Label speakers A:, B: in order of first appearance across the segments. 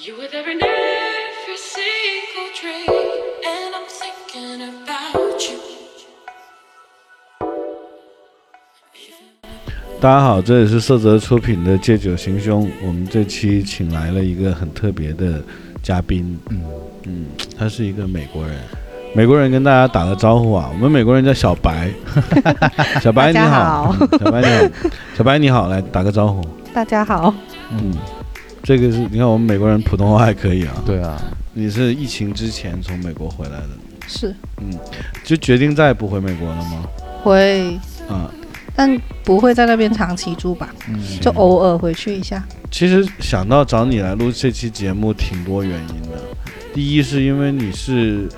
A: You were there in every single dream, and I'm thinking about you.
B: 大家好，这里是色泽出品的《借酒行凶》，我们这期请来了一个很特别的嘉宾，嗯嗯，他是一个美国人，美国人跟大家打个招呼啊，我们美国人叫小 白，小白你
C: 大家
B: 好，嗯 小白你好，小白你好，来打个招呼，
C: 大家好，
B: 嗯，这个是你看我们美国人普通话还可以啊，
D: 对啊，
B: 你是疫情之前从美国回来的，
C: 是
B: 就决定再也不回美国了吗？
C: 会，
B: 啊，
C: 但不会在那边长期住吧，
D: 嗯，
C: 就偶尔回去一下。
B: 其实想到找你来录这期节目，挺多原因的。第一是因为你是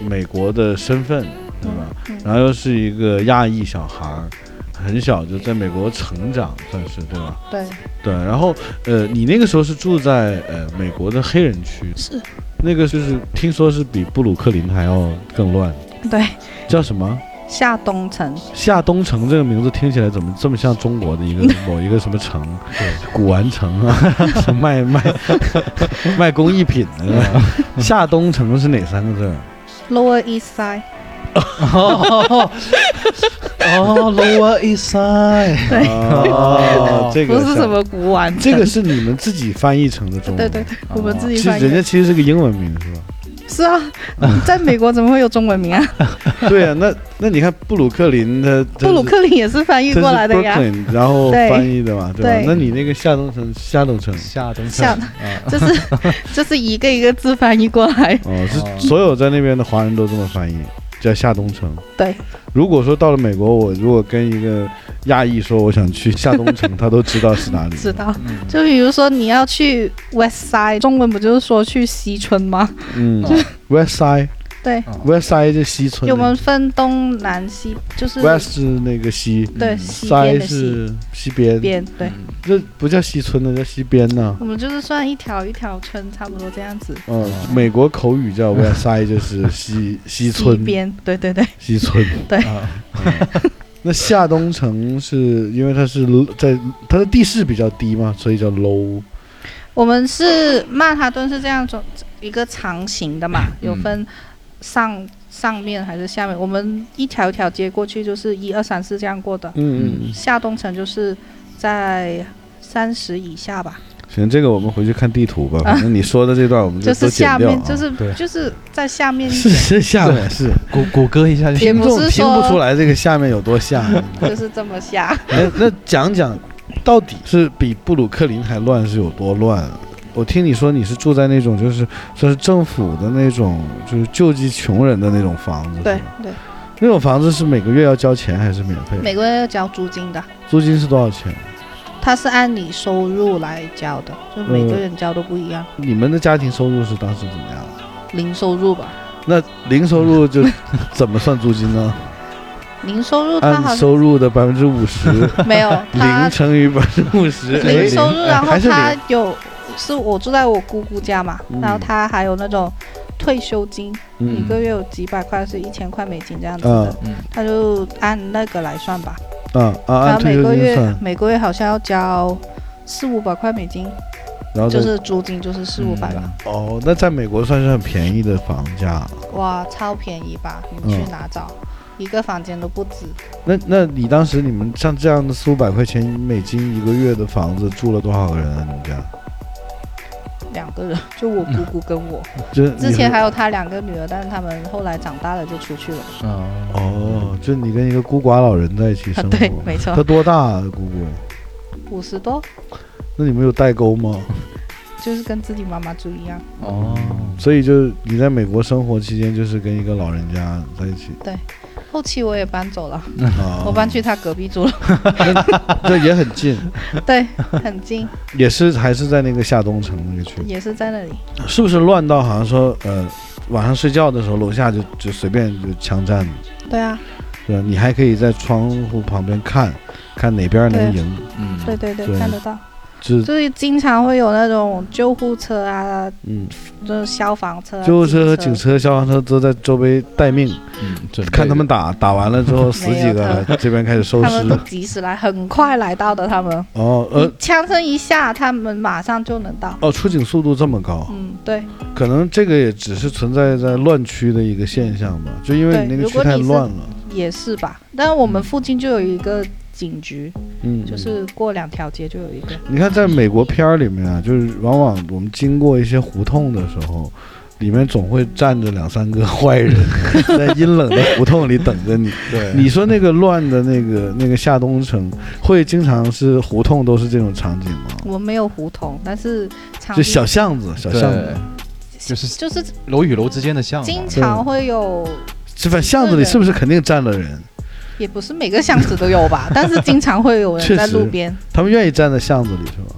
B: 美国的身份，对吧？然后又是一个亚裔小孩儿，很小就在美国成长，算是对吧？
C: 对，
B: 对。然后呃，你那个时候是住在呃美国的黑人区，
C: 是，
B: 那个就是听说是比布鲁克林还要更乱，
C: 对，
B: 叫什么？
C: 下东城
B: 夏东城这个名字听起来怎么这么像中国的一个 某一个什么城？古玩城 啊，卖卖卖工艺品的是吧。夏东城是哪三个字儿？
C: Lower East Side，
D: 哦哦，Lower East Side，
C: 对
B: 哦， 这个
C: 不是什，么古玩，
B: 这个是啊你们自己翻译成的中
C: 对
B: 文。
C: 对，对我们自
B: 其
C: 己
B: 实
C: 翻
B: 人
C: 译
B: 家。其实是个英文名是吧？
C: 是啊， 在美国怎么会有中文名啊？
B: 对啊，那那你看布鲁克林的
C: 布鲁克林也是翻译过来的呀，，
B: 然后
C: 对
B: 翻译的嘛，对吧
C: 对？
B: 那你那个夏东城，夏东城。
D: 夏东
C: 下
D: 城，啊，
C: 就是就是一个一个字翻译过来。
B: 哦，
D: 哦
B: 是所有在那边的华人都这么翻译，叫夏东城。
C: 对，
B: 如果说到了美国，我如果跟一个亚裔说我想去夏东城，他都知道是哪里。
C: 知。道，就比如说你要去 West Side，中文不就是说去西村吗？
B: 嗯，West Side，
C: 对，
B: West Side 就西村。
C: 我们分东南西，就是
B: ？West 是那个西。
C: 对
D: 嗯
C: 西边
B: Side
C: 的西
B: 是嗯西边，
C: 边，对，
B: 这不叫西村的，叫西边呢。
C: 我们就是算一条一条村，差不多这样子。
B: 嗯，美国口语叫 West Side，就是 西西
C: 西
B: 村，
C: 边，对对对，
B: 西村。
C: 对
B: 嗯。那夏东城是因为它是 l- 在它的地势比较低嘛，所以叫 low。
C: 我们是曼哈顿是这样种一个长形的嘛，
B: 嗯
C: 有分上上面还是下面。我们一条一条街过去就是一二三四这样过的。
B: 嗯嗯。
C: 下东城就是在三十以下吧，
B: 行，这个我们回去看地图吧。反正你说的这段我们
C: 啊就是
B: 都剪
C: 下
B: 掉啊
C: 面，就是
D: 对
C: 就是在下面一
B: 是
C: 点，
B: 是下面是
D: 谷谷歌一下就
C: 也
B: 听
C: 不
B: 众
C: 是
B: 听
C: 说
B: 不出来这个下面有多下。
C: 就是这 么下。
B: 哎，那讲讲到底是比布鲁克林还乱是有多乱？啊我听你说你是住在那种就是就是政府的那种就是救济穷人的那种房子，
C: 对
B: 是吧
C: 对，
B: 那种房子是每个月要交钱还是免费？
C: 每个月要交租金的，
B: 租金是多少钱？
C: 它是按你收入来交的，就每个
B: 嗯
C: 人交都不一样，
B: 你们的家庭收入是当时怎么样？啊
C: 零收入吧。
B: 那零收入 就怎么算租金呢？
C: 零收入它好
B: 按
C: 像
B: 收入的百分之五十，
C: 没有，
B: 零
C: 它
B: 乘以百分之五 十，
C: 零收入，
B: 哎
C: 然后
B: 还是零
C: 它有是我住在我姑姑家嘛，
B: 嗯
C: 然后它还有那种退休金，
B: 嗯
C: 一个月有几百块，是一千块美金这样子
B: 嗯
C: 的，他就按那个来算吧。
B: 嗯啊，
C: 然
B: 按
C: 后
B: 退
C: 每
B: 休
C: 个
B: 金
C: 月
B: 算，
C: 每个月好像要交四五百块美金，
B: 然后再
C: 就是租金就是四五百吧，
B: 哦，那在美国算是很便宜的房价。啊
C: 哇，超便宜吧？你去
B: 嗯
C: 哪找？一个房间都不止，
B: 那那你当时你们像这样的四五百块钱美金一个月的房子，住了多少个人啊？你们家？
C: 两个人， 就我姑姑跟我。
B: 就
C: 之
B: 你
C: 前
B: 和
C: 还有他两个女儿，但是他们后来长大了就出去了。
D: 哦，
B: 哦，就你跟一个孤寡老人在一起
C: 啊
B: 生活，，
C: 对，没错
B: 他，多大、啊？姑姑？
C: 五十多，
B: 那你们有代沟吗？
C: 就是跟自己妈妈住一样。
D: 哦，
B: 所以就你在美国生活期间，就是跟一个老人家在一起
C: 后期我也搬走了，
B: 啊，
C: 我搬去他隔壁住了，
B: 哦这也很近，
C: 对，很近，
B: 也是还是在那个夏东城那个区，
C: 也是在那里。
B: 是不是乱到好像说呃晚上睡觉的时候楼下就就随便就枪战，
C: 对啊，
B: 对吧？你还可以在窗户旁边看看哪边能赢，
D: 嗯，
C: 对对对，
B: 对
C: 看得到。
B: 就是
C: 就是经常会有那种救护车啊，
B: 嗯，
C: 就是消防车、啊、
B: 救护车和警
C: 警
B: 车、消防车都在周围待命，
D: 嗯，准备
B: 看他们打，打完了之后死几
C: 没有
B: 个，这边开始收
C: 他们都
B: 尸。
C: 及时来，很快来到的。他们，
B: 哦，
C: 你
B: 呃，
C: 枪声一下，他们马上就能到。
B: 哦，出警速度这么高，
C: 嗯，对
B: 可能这个也只是存在在乱区的一个现象吧，就因为
C: 对
B: 你那个
C: 如
B: 区
C: 果
B: 太
C: 你是
B: 乱了。
C: 也是吧。但我们附近就有一个警局，
B: 嗯，
C: 就
B: 嗯
C: 是过两条街就有一个。
B: 你看，在美国片儿里面啊，就是往往我们经过一些胡同的时候，里面总会站着两三个坏 人，在阴冷的胡同里等着你。
D: 对
B: 你说那个乱的那个那个夏东城，会经常是胡同都是这种场景吗？
C: 我没有胡同，但是场
B: 就
C: 地
B: 小巷子，小
D: 对
B: 巷子，
D: 就是
C: 就是
D: 楼与楼之间的巷嘛，
C: 经常会有，
B: 这反正巷子里是不是肯定站了人？
C: 也不是每个巷子都有吧，但是经常会
B: 嗯
C: 有
B: 确
C: 人在
B: 实
C: 路边，
B: 他们愿意站在巷子里是吧？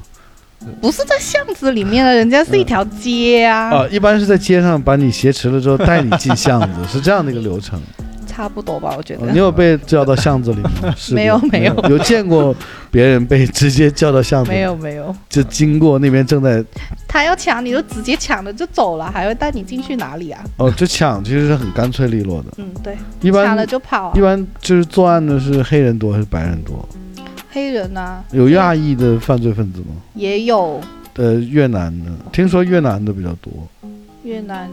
C: 不是在巷子里面的，人家是一条街啊，
B: 啊，一般是在街上把你挟持了之后带你进巷子， 是这样的一个流程。
C: 差不多吧，我觉
B: 哦
C: 得。
B: 你有被叫到巷子里 吗？试过
C: 没有没有
B: 有。见过别人被直接叫到巷子里？
C: 没。有没有，
B: 就经过那边正在
C: 他要抢你就直接抢了就走了，还会带你进去哪里啊？
B: 哦，就抢其实是很干脆利落的。
C: 嗯，对，
B: 一
C: 抢了
B: 般
C: 就跑
B: 一
C: 啊。
B: 般就是作案的是黑人多还是白人多？
C: 黑人啊，
B: 有亚裔的犯罪分子吗？
C: 也有
B: 呃，越南的，听说越南的比较多。
C: 越南，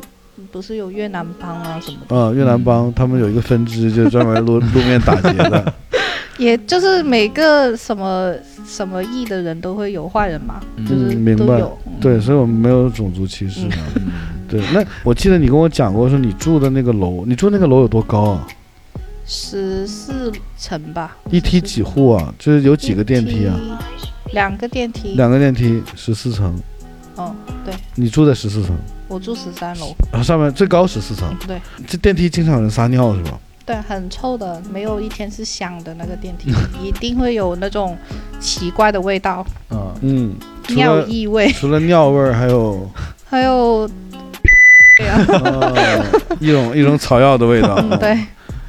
C: 不是有越南帮啊什么的，
B: 啊、越南帮他们有一个分支，就专门路路面打劫 的。
C: 也就是每个什么什么裔的人都会有坏人嘛，
D: 嗯
C: 就是
B: 明
C: 都
B: 白
C: 有。嗯
B: 对，所以我们没有种族歧视嘛。对，那我记得你跟我讲过，说你住的那个楼，你住那个楼有多高啊？
C: 十四层吧，
B: 一梯几户啊？就是有几个电梯啊？
C: 一梯？两个电梯。
B: 两个电梯，十四层。
C: 哦，对，
B: 你住在十四层，
C: 我住十三楼，
B: 然后上面最高十四层
C: 嗯。对
B: 这电梯经常有人撒尿是吧？
C: 对，很臭的，没有一天是香的那个 电梯，一定会有那种奇怪的味道，
D: 嗯，
B: 嗯，除
C: 尿
B: 了
C: 异味，
B: 除了尿味儿，还有、
C: 还有，对啊，
B: 呃、一种一种草药的味道。
C: 嗯，对，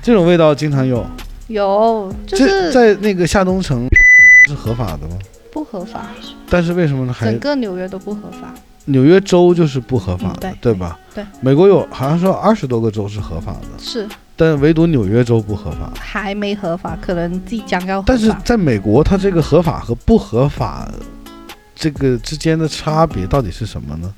B: 这种味道经常有。
C: 有，就
B: 这
C: 是
B: 在那个夏东城 是合法的吗？
C: 不合法，
B: 但是为什么呢？还
C: 整个纽约都不合法，
B: 纽约州就是不合法的，
C: 嗯
B: 对
C: 对
B: 吧？
C: 对，
B: 美国有好像说二十多个州是合法的，
C: 是
B: 但唯独纽约州不合法。
C: 还没合法，可能即将要合法，
B: 但是在美国，它这个合法和不合法这个之间的差别到底是什么呢？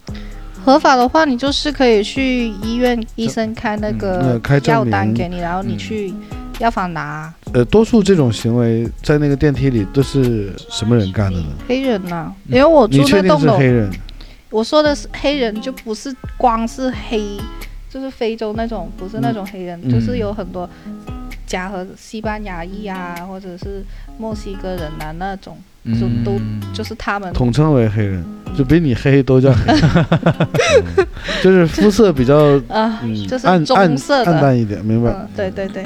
C: 合法的话，你就是可以去医院，医生开那
B: 嗯那
C: 个
B: 开证
C: 药单
B: 明
C: 给你，然后你
D: 嗯
C: 去药房拿。
B: 呃，多数这种行为在那个电梯里都是什么人干的呢？
C: 黑人呐、因为我住
B: 你嗯确
C: 那
B: 定
C: 栋
B: 是
C: 楼
B: 黑，人？
C: 我说的是黑人，就不是光是黑，就是非洲那种，不是那种黑人，
D: 嗯
C: 就是有很多夹和西班牙裔啊，或者是墨西哥人啊那种，就都就是他们
B: 统称为黑人，就比你黑都叫 黑人，嗯就是肤色比较
C: 啊、
B: 嗯
C: 就是
B: 暗暗
C: 棕色的
B: 暗淡一点，明白？
C: 嗯，对对对，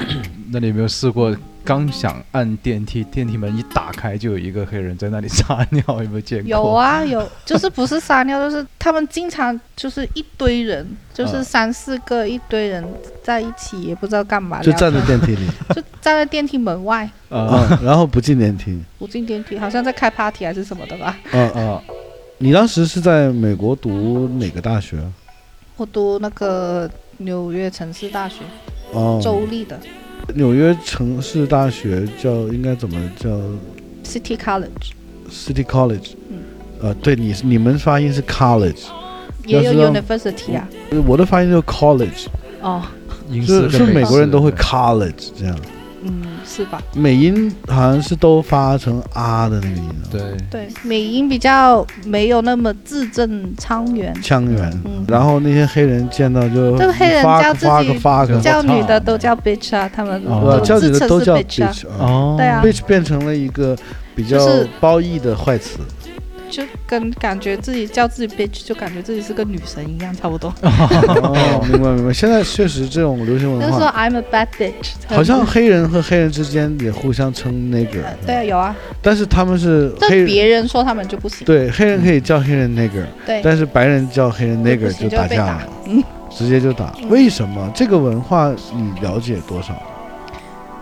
D: 那你有没有试过？刚想按电梯，电梯门一打开，就有一个黑人在那里撒尿，有没有见过？
C: 有，啊，有， 就是不是撒尿，就是他们经常就是一堆人， 就是
D: 啊
C: 三四个一堆人在一起，也不知道干嘛，
B: 就
C: 聊
B: 站在
C: 天
B: 电梯里，
C: 就站在电梯门外，
D: 啊
B: 啊，然后不进电梯。
C: 不进电梯，好像在开 party 还是什么的吧。
B: 啊，
D: 啊，
B: 你当时是在美国读哪个大学？
C: 我读那个纽约城市大学，
B: 哦，
C: 州立的
B: 纽约城市大学叫应该怎么叫
C: City College，
B: City College？
C: 嗯
B: 呃，对，你是你们发音是 college，
C: 也有
B: 要是
C: University 啊。
B: 我的发音就是 college，
C: 哦，
D: 英
B: 是
D: 式
B: 是美国人都会 college 这样，
C: 嗯，是吧？
B: 美音好像是都发成啊的那个音啊，
D: 对，
C: 对，美音比较没有那么字正腔圆，
B: 腔圆。
C: 嗯，
B: 然后那些黑人见到就
C: 这黑人
B: 嗯发个
C: 叫
B: 发
C: 自己
B: 个发个，
C: 叫女的都叫 bitch 啊，他们
D: 哦
B: 我
C: 都
B: 叫
C: 自
B: 你的
C: 称
B: 都
C: 是
B: 叫
C: bitch 啊。
B: bitch 啊。
D: 哦，
C: 对啊
B: bitch 变成了一个比较
C: 就是
B: 褒义的坏 词，
C: 就跟感觉自己叫自己 bitch，就感觉自己是个女神一样，差不多。
B: 哦，明白明白。现在确实这种流行
C: 就
B: 文
C: 是说
B: 化，
C: I'm a bad bitch，
B: 好像黑人和黑人之间也互相称 nigger，
C: 对啊，有啊，
B: 但是他们是
C: 但
B: 黑人，
C: 别人说他们就不行，
B: 对黑人可以叫黑人 nigger，
C: 对，
B: 但是白人叫黑人
C: 嗯不
B: nigger
C: 行就
B: 打
C: 被
B: 架
C: 打嗯
B: 了， 直接就打。为什么这个文化你了解多少？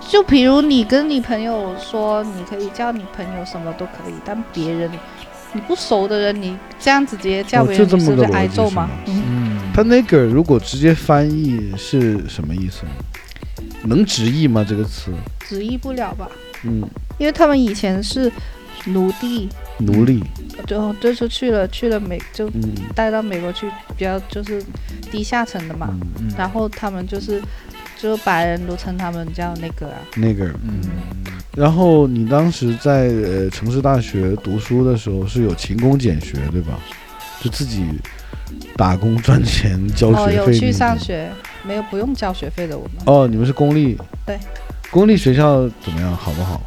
C: 就比如你跟你朋友说，你可以叫你朋友什么都可以，但别人你不熟的人，你这样子直接叫
B: 哦
C: 别
B: 就
C: 人，
B: 这
C: 你
B: 么
C: 是
B: 个
C: 不
B: 逻
C: 是
B: 辑
C: 挨揍
B: 是
C: 嘛
B: 吗？
C: 嗯，
D: 嗯，
B: 他那个如果直接翻译是什么意思呢？能直译吗？这个词？
C: 执意不了吧？
B: 嗯，
C: 因为他们以前是奴隶，
B: 奴隶。
C: 就就是去了去了美，就
B: 嗯
C: 带到美国去，比较就是低下层的嘛。
B: 嗯，
D: 嗯
C: 然后他们就是，就白人都称他们叫那个啊，
B: 那个。
D: 嗯
B: 然后你当时在呃城市大学读书的时候是有勤工俭学对吧？就自己打工赚钱交
C: 哦，
B: 学
C: 有
B: 费。
C: 去上。学，没有不用交学费的我们。
B: 哦，你们是公立。
C: 对。
B: 公立学校怎么样？好不好？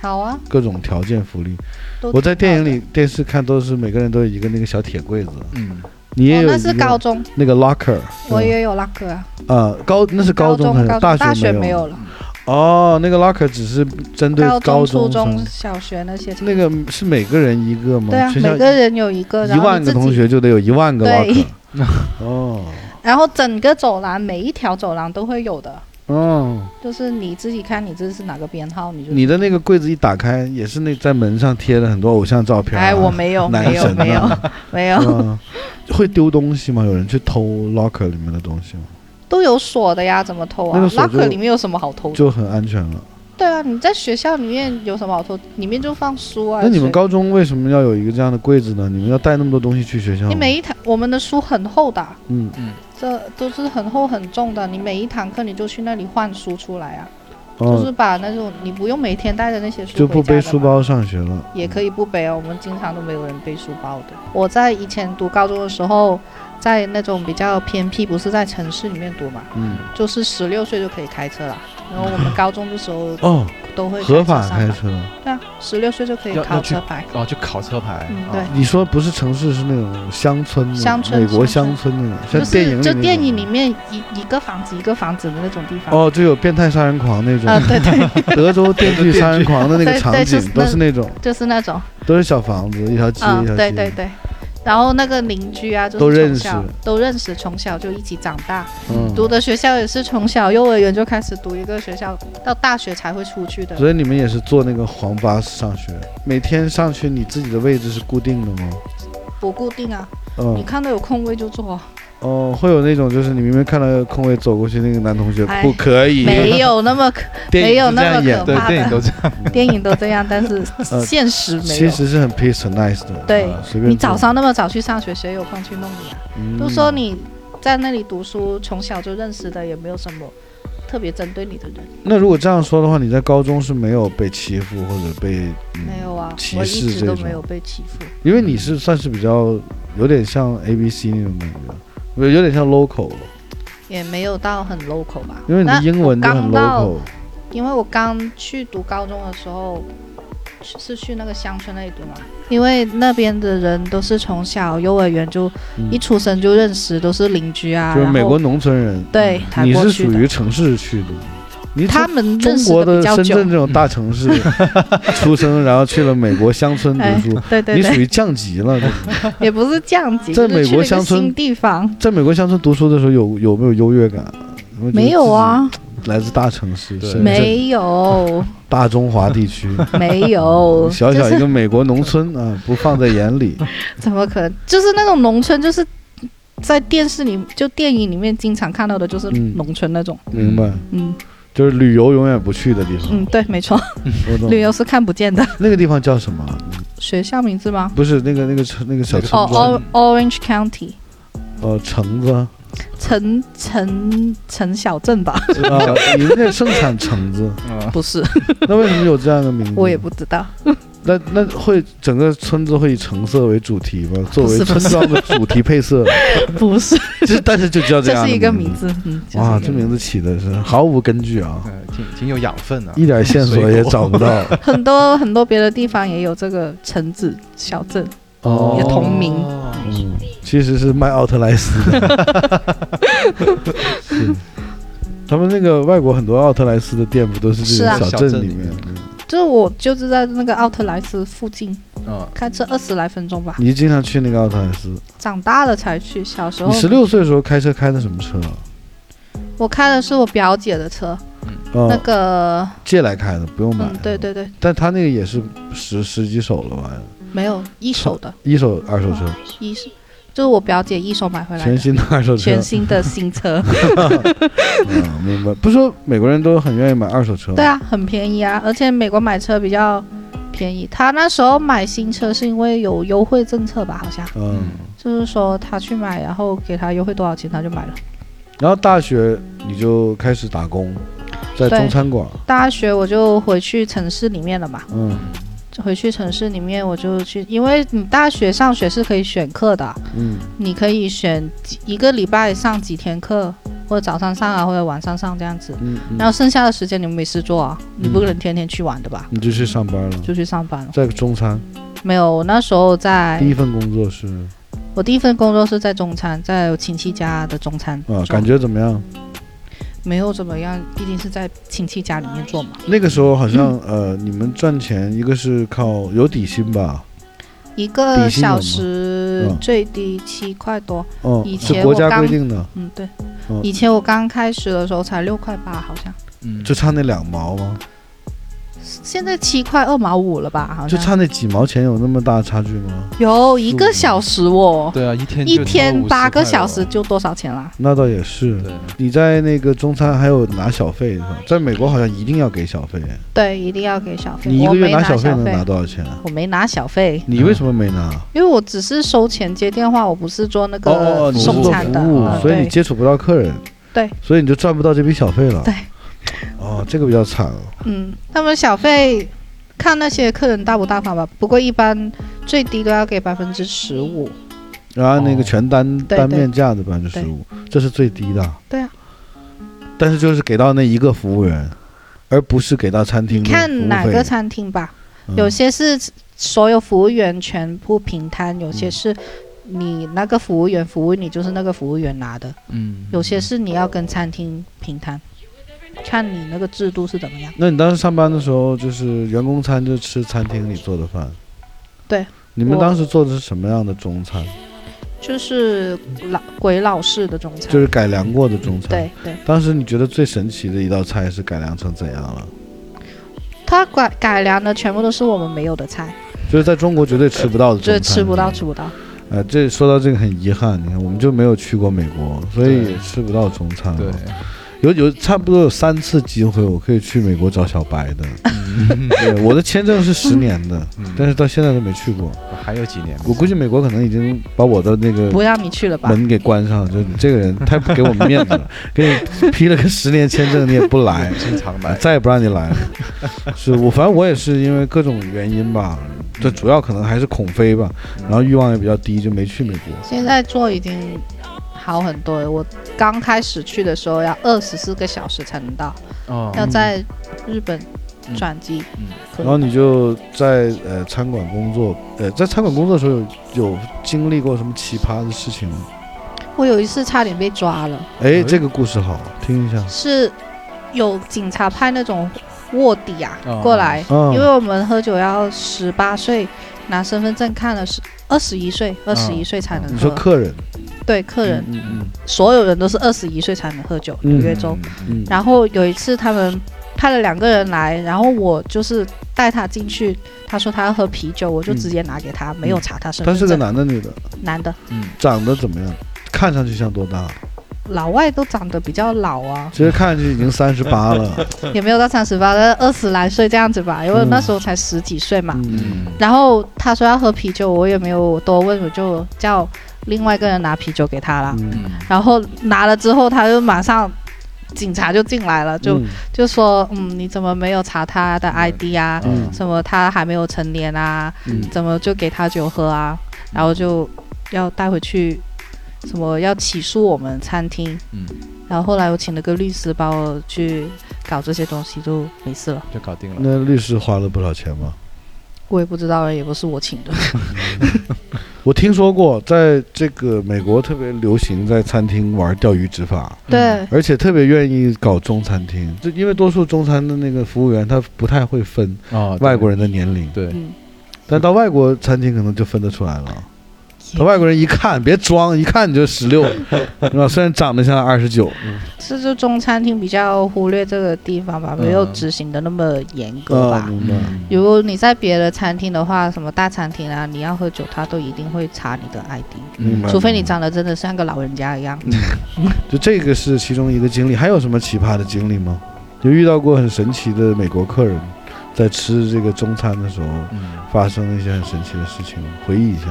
C: 好啊，
B: 各种条件福利。
C: 都
B: 我在
C: 挺
B: 电
C: 好
B: 影
C: 的
B: 里、电视看都是每个人都有一个那个小铁柜子，
D: 嗯
B: 你也
C: 哦，
B: 有
C: 那
B: 一
C: 是
B: 个
C: 高中，
B: 那个 locker，
C: 我
B: 对吧
C: 也有那个啊，
B: 啊高那是
C: 高
B: 中还是
C: 高
B: 大
C: 中大学
B: 没
C: 没有了，
B: 哦，那个 locker 只是针对
C: 中、初
B: 中
C: 中
B: 生。
C: 小学那些。
B: 那个是每个人一个吗？
C: 对啊，
B: 学校
C: 每个人有一个，
B: 一
C: 然后
B: 万
C: 你
B: 个
C: 自
B: 同
C: 己，
B: 学就得有一万个
C: 对
B: locker。哦，
C: 然后整个走廊每一条走廊都会有的，
B: 哦，
C: 就是你自己看你这是哪个编号，你就
B: 你的那个柜子一打开，也是那在门上贴了很多偶像照片啊。
C: 哎，我没有，
B: 男
C: 没有，
B: 神
C: 没 有
B: 啊，
C: 没有，
B: 嗯，会丢东西吗？有人去偷 locker 里面的东西吗？
C: 都有锁的呀，怎么偷啊
B: 那个锁就
C: locker 里面有什么好偷的？
B: 就很安全了。
C: 对啊，你在学校里面有什么好偷？里面就放书啊。
B: 那你们
C: 水
B: 高中为什么要有一个这样的柜子呢？你们要带那么多东西去学校吗？
C: 你每一堂我们的书很厚的，
B: 嗯，
C: 这都是很厚很重的，你每一堂课你就去那里换书出来啊，就
B: 哦
C: 是，把那种你不用每天带着那些书
B: 就不
C: 回家的
B: 背
C: 嘛
B: 书包上学了。
C: 也可以不背啊，我们经常都没有人背书包的。我在以前读高中的时候，在那种比较偏僻，不是在城市里面读嘛，
B: 嗯，
C: 就是十六岁就可以开车了。然后 我们高中的时候
B: 哦，
C: 都会
B: 合法开
C: 开车上
B: 车。
C: 班对啊，十六岁就可以
D: 要
C: 考
D: 要去
C: 车牌。
D: 哦，就考车牌，
C: 嗯
D: 啊
C: 对
B: 你说不是城市，是那种乡村那种，
C: 乡村
B: 美国
C: 乡
B: 乡村那种，
C: 就
B: 像电影
C: 是
B: 里
C: 就
B: 那
C: 电
B: 种
C: 影里面一一个房子一个房子的那种地方。
B: 哦，就有变态杀人狂那
C: 啊，
B: 种，
C: 对 对，
B: 德州电锯杀人狂的那个
C: 对
B: 场
C: 对就
B: 景
C: 是
B: 都
C: 那
B: 是那种，
C: 就是那种。
B: 都是小房子，一条街
C: 嗯
B: 一条，
C: 对对
B: 街，
C: 对。然后那个邻居啊，就是
B: 都认
C: 从小
B: 识
C: 都认识，从小就一起长大。
B: 嗯，
C: 读的学校也是从小幼儿园就开始读一个学校，到大学才会出去的。
B: 所以你们也是坐那个黄巴士上学，每天上去你自己的位置是固定的吗？
C: 不固定啊，你
B: 嗯，
C: 看到有空位就坐，
B: 哦，会有那种就是你明明看到空位走过去，那个男同学
C: 哎
B: 不可以，
C: 没有那么可
B: 电影
C: 没有
B: 是
C: 那
B: 这样
C: 么
B: 演
C: 可
B: 的
D: 对
C: 怕
D: 电影 都这样，
C: 电影都这样，但是现实没
B: 呃其
C: 有。
B: 实是很 peace 很 nice 的，
C: 对
B: 嗯随便
C: 你
B: 坐
C: 早上那么早去上学，谁有空去弄你啊？
B: 嗯
C: 都说你在那里读书，从小就认识的，也没有什么特别针对你的人。
B: 那如果这样说的话，你在高中是没有被欺负或者被，嗯
C: 没有啊，
B: 歧
C: 我
B: 视
C: 一直
B: 这
C: 都
B: 种
C: 没有被欺负。
B: 因为你是算是比较有点像 A B C 那种感觉，不是有点像 local，
C: 也没有到很 local 吧，
B: 因为你
C: 那
B: 的英文都很
C: 刚到
B: local，
C: 因为我刚去读高中的时候，是是去那个乡村那里读嘛，因为那边的人都是从小幼儿园就、
B: 嗯
C: 一出生就认识，都是邻居啊，
B: 就是
C: 然
B: 美
C: 后
B: 国农村人。
C: 对，抬
B: 你
C: 过
B: 是
C: 去
B: 属
C: 的
B: 于城市去的，你从
C: 他们认
B: 中
C: 识
B: 国
C: 得
B: 的
C: 比较
B: 深
C: 久，
B: 圳这种大城 市出生，然后去了美国乡村
C: 哎
B: 读书，
C: 对对
B: 你属
C: 对，
B: 于降级了。就是
C: 也不是这样子，
B: 在
C: 就是
B: 美
C: 去
B: 国
C: 了一个
B: 乡村
C: 新地方
B: 在美国乡村读书的时候，有有没有优越感？有没有觉得
C: 没有啊，
B: 自己来自大城市，
D: 对
B: 深圳
C: 没 有
B: 大中华地 区，
C: 没有，
B: 小小
C: 哦就
B: 一
C: 是
B: 个美国农村啊，不放在眼 里。
C: 怎么可能？就是那种农村，就是在电视里就电影里面经常看到的，就是
B: 嗯
C: 农村那种，
B: 明白，
C: 嗯
B: 就是旅游永远不去的地方。
C: 嗯，对，没错，
B: 我懂。
C: 旅游是看不见的。
B: 那个地方叫什么？啊
C: 学校名字吗？
B: 不是那个那个城那个小村庄，
C: 哦、o 哦 r a n g e County，
B: 呃，橙 子啊，
C: 城城城小 镇吧？
B: 是吧你们那盛产橙子，
D: 嗯
C: 不是，
B: 那为什么有这样的名字？
C: 我也。不知道。
B: 那那会整个村子会以橙色为主题吗？作为
C: 不 是
B: 村
C: 不是
B: 庄的主题配色，
C: 不是，
B: 这但是就叫 这
C: 这
B: 样
C: 是
B: 的
C: 一个
B: 名
C: 名。字。嗯， 就是
B: 哇，
C: 一个
B: 这名字起的是毫无根据啊，
D: 呃挺挺有养分的，
B: 一点线索也找不 到。
C: 很多很多别的地方也有这个橙子小镇。
B: 哦
C: 也同名
B: 嗯，其实是卖奥特莱斯的。 是他们那个外国很多奥特莱斯的店不都是
C: 是
B: 这
C: 啊
B: 种
D: 小
B: 镇
D: 镇
B: 里
D: 里
B: 面？
D: 面
B: 嗯
C: 就是我就是在那个奥特莱斯附近，
D: 嗯，
C: 开车二十来分钟吧。
B: 你经常去那个奥特莱斯？
C: 长大了才去，小时候
B: 你十六岁的时候开车开的什么车啊？
C: 我开的是我表姐的车，那
B: 嗯，
C: 个嗯
B: 借来开的，不用买啊
C: 嗯。，对，对对，
B: 但他那个也是十十几手了吧？
C: 没有一手的，
B: 一手二手车，
C: 一手就是我表姐一手买回来
B: 全
C: 的，
B: 新的二手车
C: 全，新的 新车。
B: 嗯，明白。不是说美国人都很愿意买二手车吗？
C: 对啊，很便宜啊，而且美国买车比较便宜。他那时候买新车是因为有优惠政策吧，好像
B: 嗯，
C: 就是说他去买，然后给他优惠多少钱他就买了。
B: 然后大学你就开始打工，在
C: 对
B: 中餐馆，
C: 大学我就回去城市里面了嘛，
B: 嗯
C: 就回去城市里面我就去，因为你大学上学是可以选课的，啊
B: 嗯
C: 你可以选几一个礼拜上几天课，或者早上上啊，或者晚上上这样子。
B: 嗯，嗯
C: 然后剩下的时间你没事做啊，你不可能天天去玩的吧？
B: 你就去上班了，
C: 就去上班了。
B: 在中餐
C: 没有，我那时候在
B: 第一份工作是
C: 我第一份工作是在中餐，在我亲戚家的中餐
B: 啊，
C: 做
B: 感觉怎么样？
C: 没有怎么样，毕竟是在亲戚家里面做嘛。
B: 那个时候好
C: 嗯
B: 像呃，你们赚钱一个是靠有底薪吧？
C: 一
B: 底
C: 个
B: 薪有吗
C: 小时
B: 嗯
C: 最低七块多，
B: 哦
C: 以，前
B: 是国
C: 我
B: 家
C: 刚
B: 规定的，
C: 嗯，对
B: 嗯。
C: 以前我刚开始的时候才六块八，好像
D: 嗯，
B: 就差那两毛吗？
C: 现在七块二毛五了吧？好
B: 就
C: 像
B: 差那几毛钱，有那么大差距吗？
C: 有一个小时哦，
D: 对啊，一天
C: 一
D: 就
C: 天
D: 50
C: 八个
D: 块
C: 小
D: 了
C: 时，就多少钱啦？
B: 那倒也是。
D: 对，
B: 你在那个中餐还有拿小费是吧？在美国好像一定要给小费，
C: 对，一定要给小费。
B: 你一
C: 我
B: 个月
C: 没拿
B: 小
C: 费嗯
B: 能拿多少钱？啊
C: 我没拿小费，
B: 你为什么没拿？
C: 因为我只是收钱接电话，我不是做那
B: 哦哦哦，
C: 个
B: 你是
C: 送
B: 做
C: 餐的，
B: 服务
C: 嗯，
B: 所以
C: 对
B: 你接触不到客人，
C: 对，
B: 所以你就赚不到这笔小费了。
C: 对，
B: 哦，这个比较惨了。
C: 嗯，他们小费看那些客人大不大方吧，不过一般最低都要给百分之十五。
B: 然后那个
D: 哦
B: 全单
C: 对
B: 单面价的百分之十五，这是最低的。
C: 对啊，
B: 但是就是给到那一个服务员，而不是给到餐厅的嗯服务
C: 看哪
B: 费
C: 个餐厅吧，
B: 嗯
C: 有些是所有服务员全部平摊，有
B: 嗯
C: 些是你那个服务员服务你就是那个服务员拿的，
D: 嗯，
C: 有些是你要跟餐厅平摊，看你那个制度是怎么样。
B: 那你当时上班的时候，就是员工餐就吃餐厅里做的饭。
C: 对。
B: 你们
C: 我
B: 当时做的是什么样的中餐？
C: 就是老鬼佬式的中餐，
B: 就是改良过的中餐。。
C: 对对，
B: 当时你觉得最神奇的一道菜是改良成怎样了？
C: 他改改良的全部都是我们没有的菜，
B: 就是在中国绝对吃不到的中
C: 这
B: 餐。
C: 吃不到吃不到。
B: 呃，这说到这个很遗憾，你看我们就没有去过美国，所以
D: 对
B: 也吃不到中餐。
D: 对，
B: 有有差不多有三次机会，我可以去美国找小白的。
D: 嗯
B: 对，我的签证是十年的，
D: 嗯
B: 但是到现在都没去过。
D: 哦还有几年，
B: 我估计美国可能已经把我的那个
C: 不让你去了吧？
B: 门给关上，就你这个人太不给我们面子 了，给你批了个十年签证你也不来，
D: 经常 来，
B: 再也不让你来了。是我，反正我也是因为各种原因吧，这主要可能还是恐飞吧，然后欲望也比较低，就没去美国。
C: 现在做已经好很多了。我刚开始去的时候要二十四个小时才能到，
D: 哦，
C: 要在日本
D: 嗯
C: 转机
D: 嗯。
C: 可
B: 然后
C: 以
B: 你就在呃餐馆工作，呃，在餐馆工作的时候有有经历过什么奇葩的事情吗？
C: 我有一次差点被抓了，
B: 哎，这个故事好，听一下。
C: 是有警察派那种卧底啊、
D: 哦
C: 过来，
B: 嗯，
C: 因为我们喝酒要十八岁拿身份证看了是二十一岁，二十一岁才能
B: 哦你
C: 喝。
B: 说客人，
C: 对，客人、
B: 嗯嗯
C: 所有人都是二十一岁才能喝酒，
B: 嗯
C: 纽约州。
B: 嗯，
C: 然后有一次他们派了两个人来，然后我就是带他进去，他说他要喝啤酒，我就
B: 嗯
C: 直接拿给他，没有查他身
B: 他
C: 份
B: 是
C: 证。
B: 个男的女的，
C: 男的，
D: 嗯，
B: 长得怎么样？看上去像多大？
C: 老外都长得比较老啊，
B: 其实看上去已经三十八了。
C: 也没有到三十八，二十来岁这样子吧，因为
B: 嗯
C: 那时候才十几岁嘛。
B: 嗯，
C: 然后他说要喝啤酒，我也没有多问，我就叫另外一个人拿啤酒给他了。
B: 嗯
D: 嗯
C: 然后拿了之后，他就马上警察就进来了，就、
B: 嗯
C: 就说，嗯，你怎么没有查他的 ID 啊？
B: 嗯
C: 什么他还没有成年啊？
B: 嗯
C: 怎么就给他酒喝啊？然后就要带回去，什么要起诉我们餐厅。
D: 嗯
C: 然后后来我请了个律师帮我去搞这些东西，就没事了。
D: 就搞定了。
B: 那律师花了不少钱吗？
C: 我也不知道了，也不是我请的。
B: 我听说过，在这个美国特别流行在餐厅玩钓鱼执法，
C: 对，
B: 而且特别愿意搞中餐厅，就因为多数中餐的那个服务员他不太会分
D: 哦，对
B: 外国人的年龄，
D: 对，
C: 嗯，
B: 但到外国餐厅可能就分得出来了。他外国人一看别装，一看你就十六，是吧？虽然长得像二十九，
C: 这就中餐厅比较忽略这个地方吧，没有
D: 嗯
C: 执行的那么严格
B: 啊，
C: 吧。
B: 明白。
C: 如果你在别的餐厅的话，什么大餐厅啊，你要喝酒，他都一定会查你的 ID，
B: 嗯明
D: 嗯
B: 白
C: 除非你长得真的像个老人家一样。
B: 就这个是其中一个经历，还有什么奇葩的经历吗？就遇到过很神奇的美国客人，在吃这个中餐的时候
D: 嗯
B: 发生了一些很神奇的事情，回忆一下。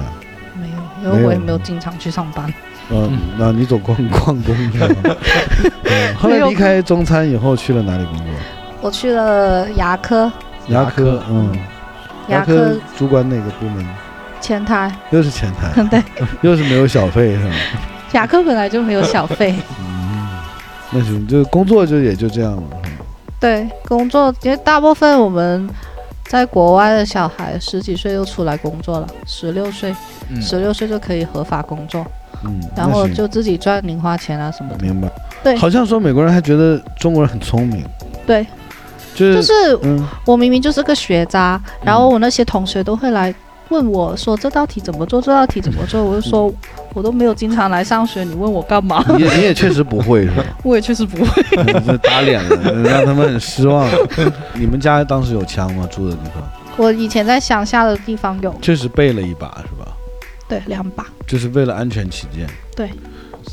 C: 没有，因为我也没有经常去上班。
B: 嗯，那你总逛逛公司 吗嗯后来离开中餐以后去了哪里工作？
C: 我去了牙科，
B: 牙
D: 牙科
B: 科，嗯，
C: 牙
B: 科
C: 科
B: 主管哪个部门？
C: 前台，
B: 又是前台，
C: 对，
B: 又是没有小费 是吧？
C: 牙科本来就没有小费。
B: 嗯，那行，就工作就也就这样了，是吧
C: 对，工作因为大部分我们在国外的小孩十几岁就出来工作了，十六岁，
D: 嗯
C: 十六岁就可以合法工作，
B: 嗯，
C: 然后
B: 那行
C: 就自己赚零花钱啊什么的。
B: 明白。
C: 对
B: 好像说美国人还觉得中国人很聪明，
C: 对，
B: 就是
C: 就是
B: 嗯，
C: 我明明就是个学渣，然后我那些同学都会来问我说这道题怎么做，这道题怎么
B: 嗯
C: 做，我就说。我都没有经常来上学，你问我干嘛？
B: 你也你也确实不会 是吧？
C: 我也确实不会。
B: 嗯这打脸了，让他们很失 望。你们家当时有枪吗？住的地方
C: 我以前在乡下的地方有，
B: 确实备了一把是吧？
C: 对，两把
B: 就是为了安全起见，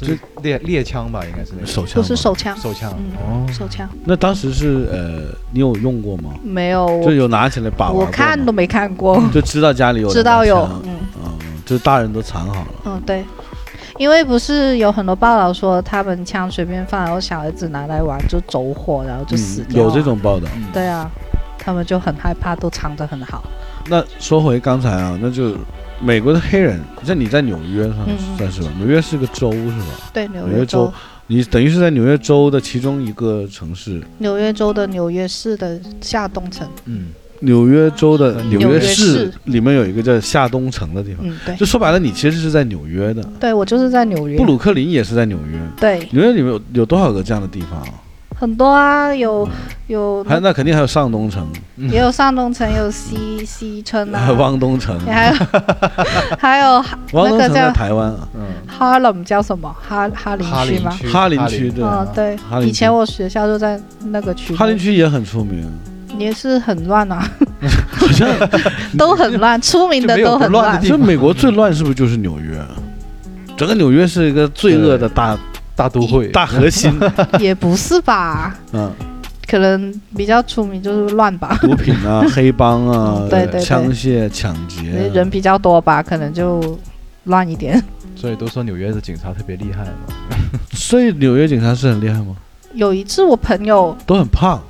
D: 是猎猎枪吧，应该是那个
B: 手枪
C: 都
B: 吗
C: 是手枪，
D: 手枪
C: 嗯
D: 哦，
C: 手枪
B: 那当时是呃，你有用过吗？
C: 没有，
B: 就有拿起来把玩
C: 我
B: 过
C: 看
B: 吗嗯
C: 都没看过，
B: 就知道家里有
C: 知道有
B: 两把枪，
C: 嗯
B: 嗯，嗯就大人都藏好了。
C: 嗯对，因为不是有很多报道说他们枪随便放，然后小孩子拿来玩就走火，然后就死
B: 嗯
C: 掉、
B: 有这？种报道。
C: 对啊，他们就很害怕，都藏得很好。
B: 那说回刚才啊，那就美国的黑人，像你在纽约上
C: 嗯
B: 算是吧？纽约是个州是吧？
C: 对，纽
B: 纽约
C: 约
B: 州
C: 州，
B: 你等于是在纽约州的其中一个城市，
C: 纽约州的纽约市的下东城，
D: 嗯，
B: 纽约州的
D: 纽
B: 约
D: 约
B: 市
C: 市
B: 里面有一个叫夏东城的地方。
C: 嗯，对
B: 就，说白了，你其实是在纽约的，
C: 对我就是在纽约。
B: 布鲁克林也是在纽约。
C: 对，
B: 纽约里面有有多少个这样的地方啊？
C: 很多啊，有有
B: 还嗯那肯定还有上东城、，
C: 也有上东城，有西西村啊
B: 汪东城、
C: 也还有还有哈
B: 汪
C: 那
B: 东
C: 个
B: 城在
C: 叫
B: 台湾啊，
D: 嗯，
C: 哈冷叫什么？哈哈林
D: 哈
C: 区
D: 林
C: 吗？
D: 区，啊
B: 哈林区对啊
C: 嗯，对
B: 哈，林
C: 以
B: 区
C: 前我学校就在那个区。
B: 哈林，区也很出 名，
C: 也是很 乱啊，
B: 好像
C: 都很乱，出名的
D: 就没有
C: 都很
D: 不乱的地
B: 就美国最乱是不是就是纽约？啊整个纽约是一个罪恶的大
D: 大都会，
B: 大核心，
C: 也不是吧？
B: 嗯，
C: 可能比较出名就是乱吧，
B: 毒品啊、黑帮啊、
C: 嗯对对对
B: 枪械、抢劫啊，
C: 人比较多吧，可能就乱一点。
D: 所以都说纽约的警察特别厉害嘛，
B: 所以纽约警察是很厉害吗？
C: 有一次我朋 友
B: 都很胖，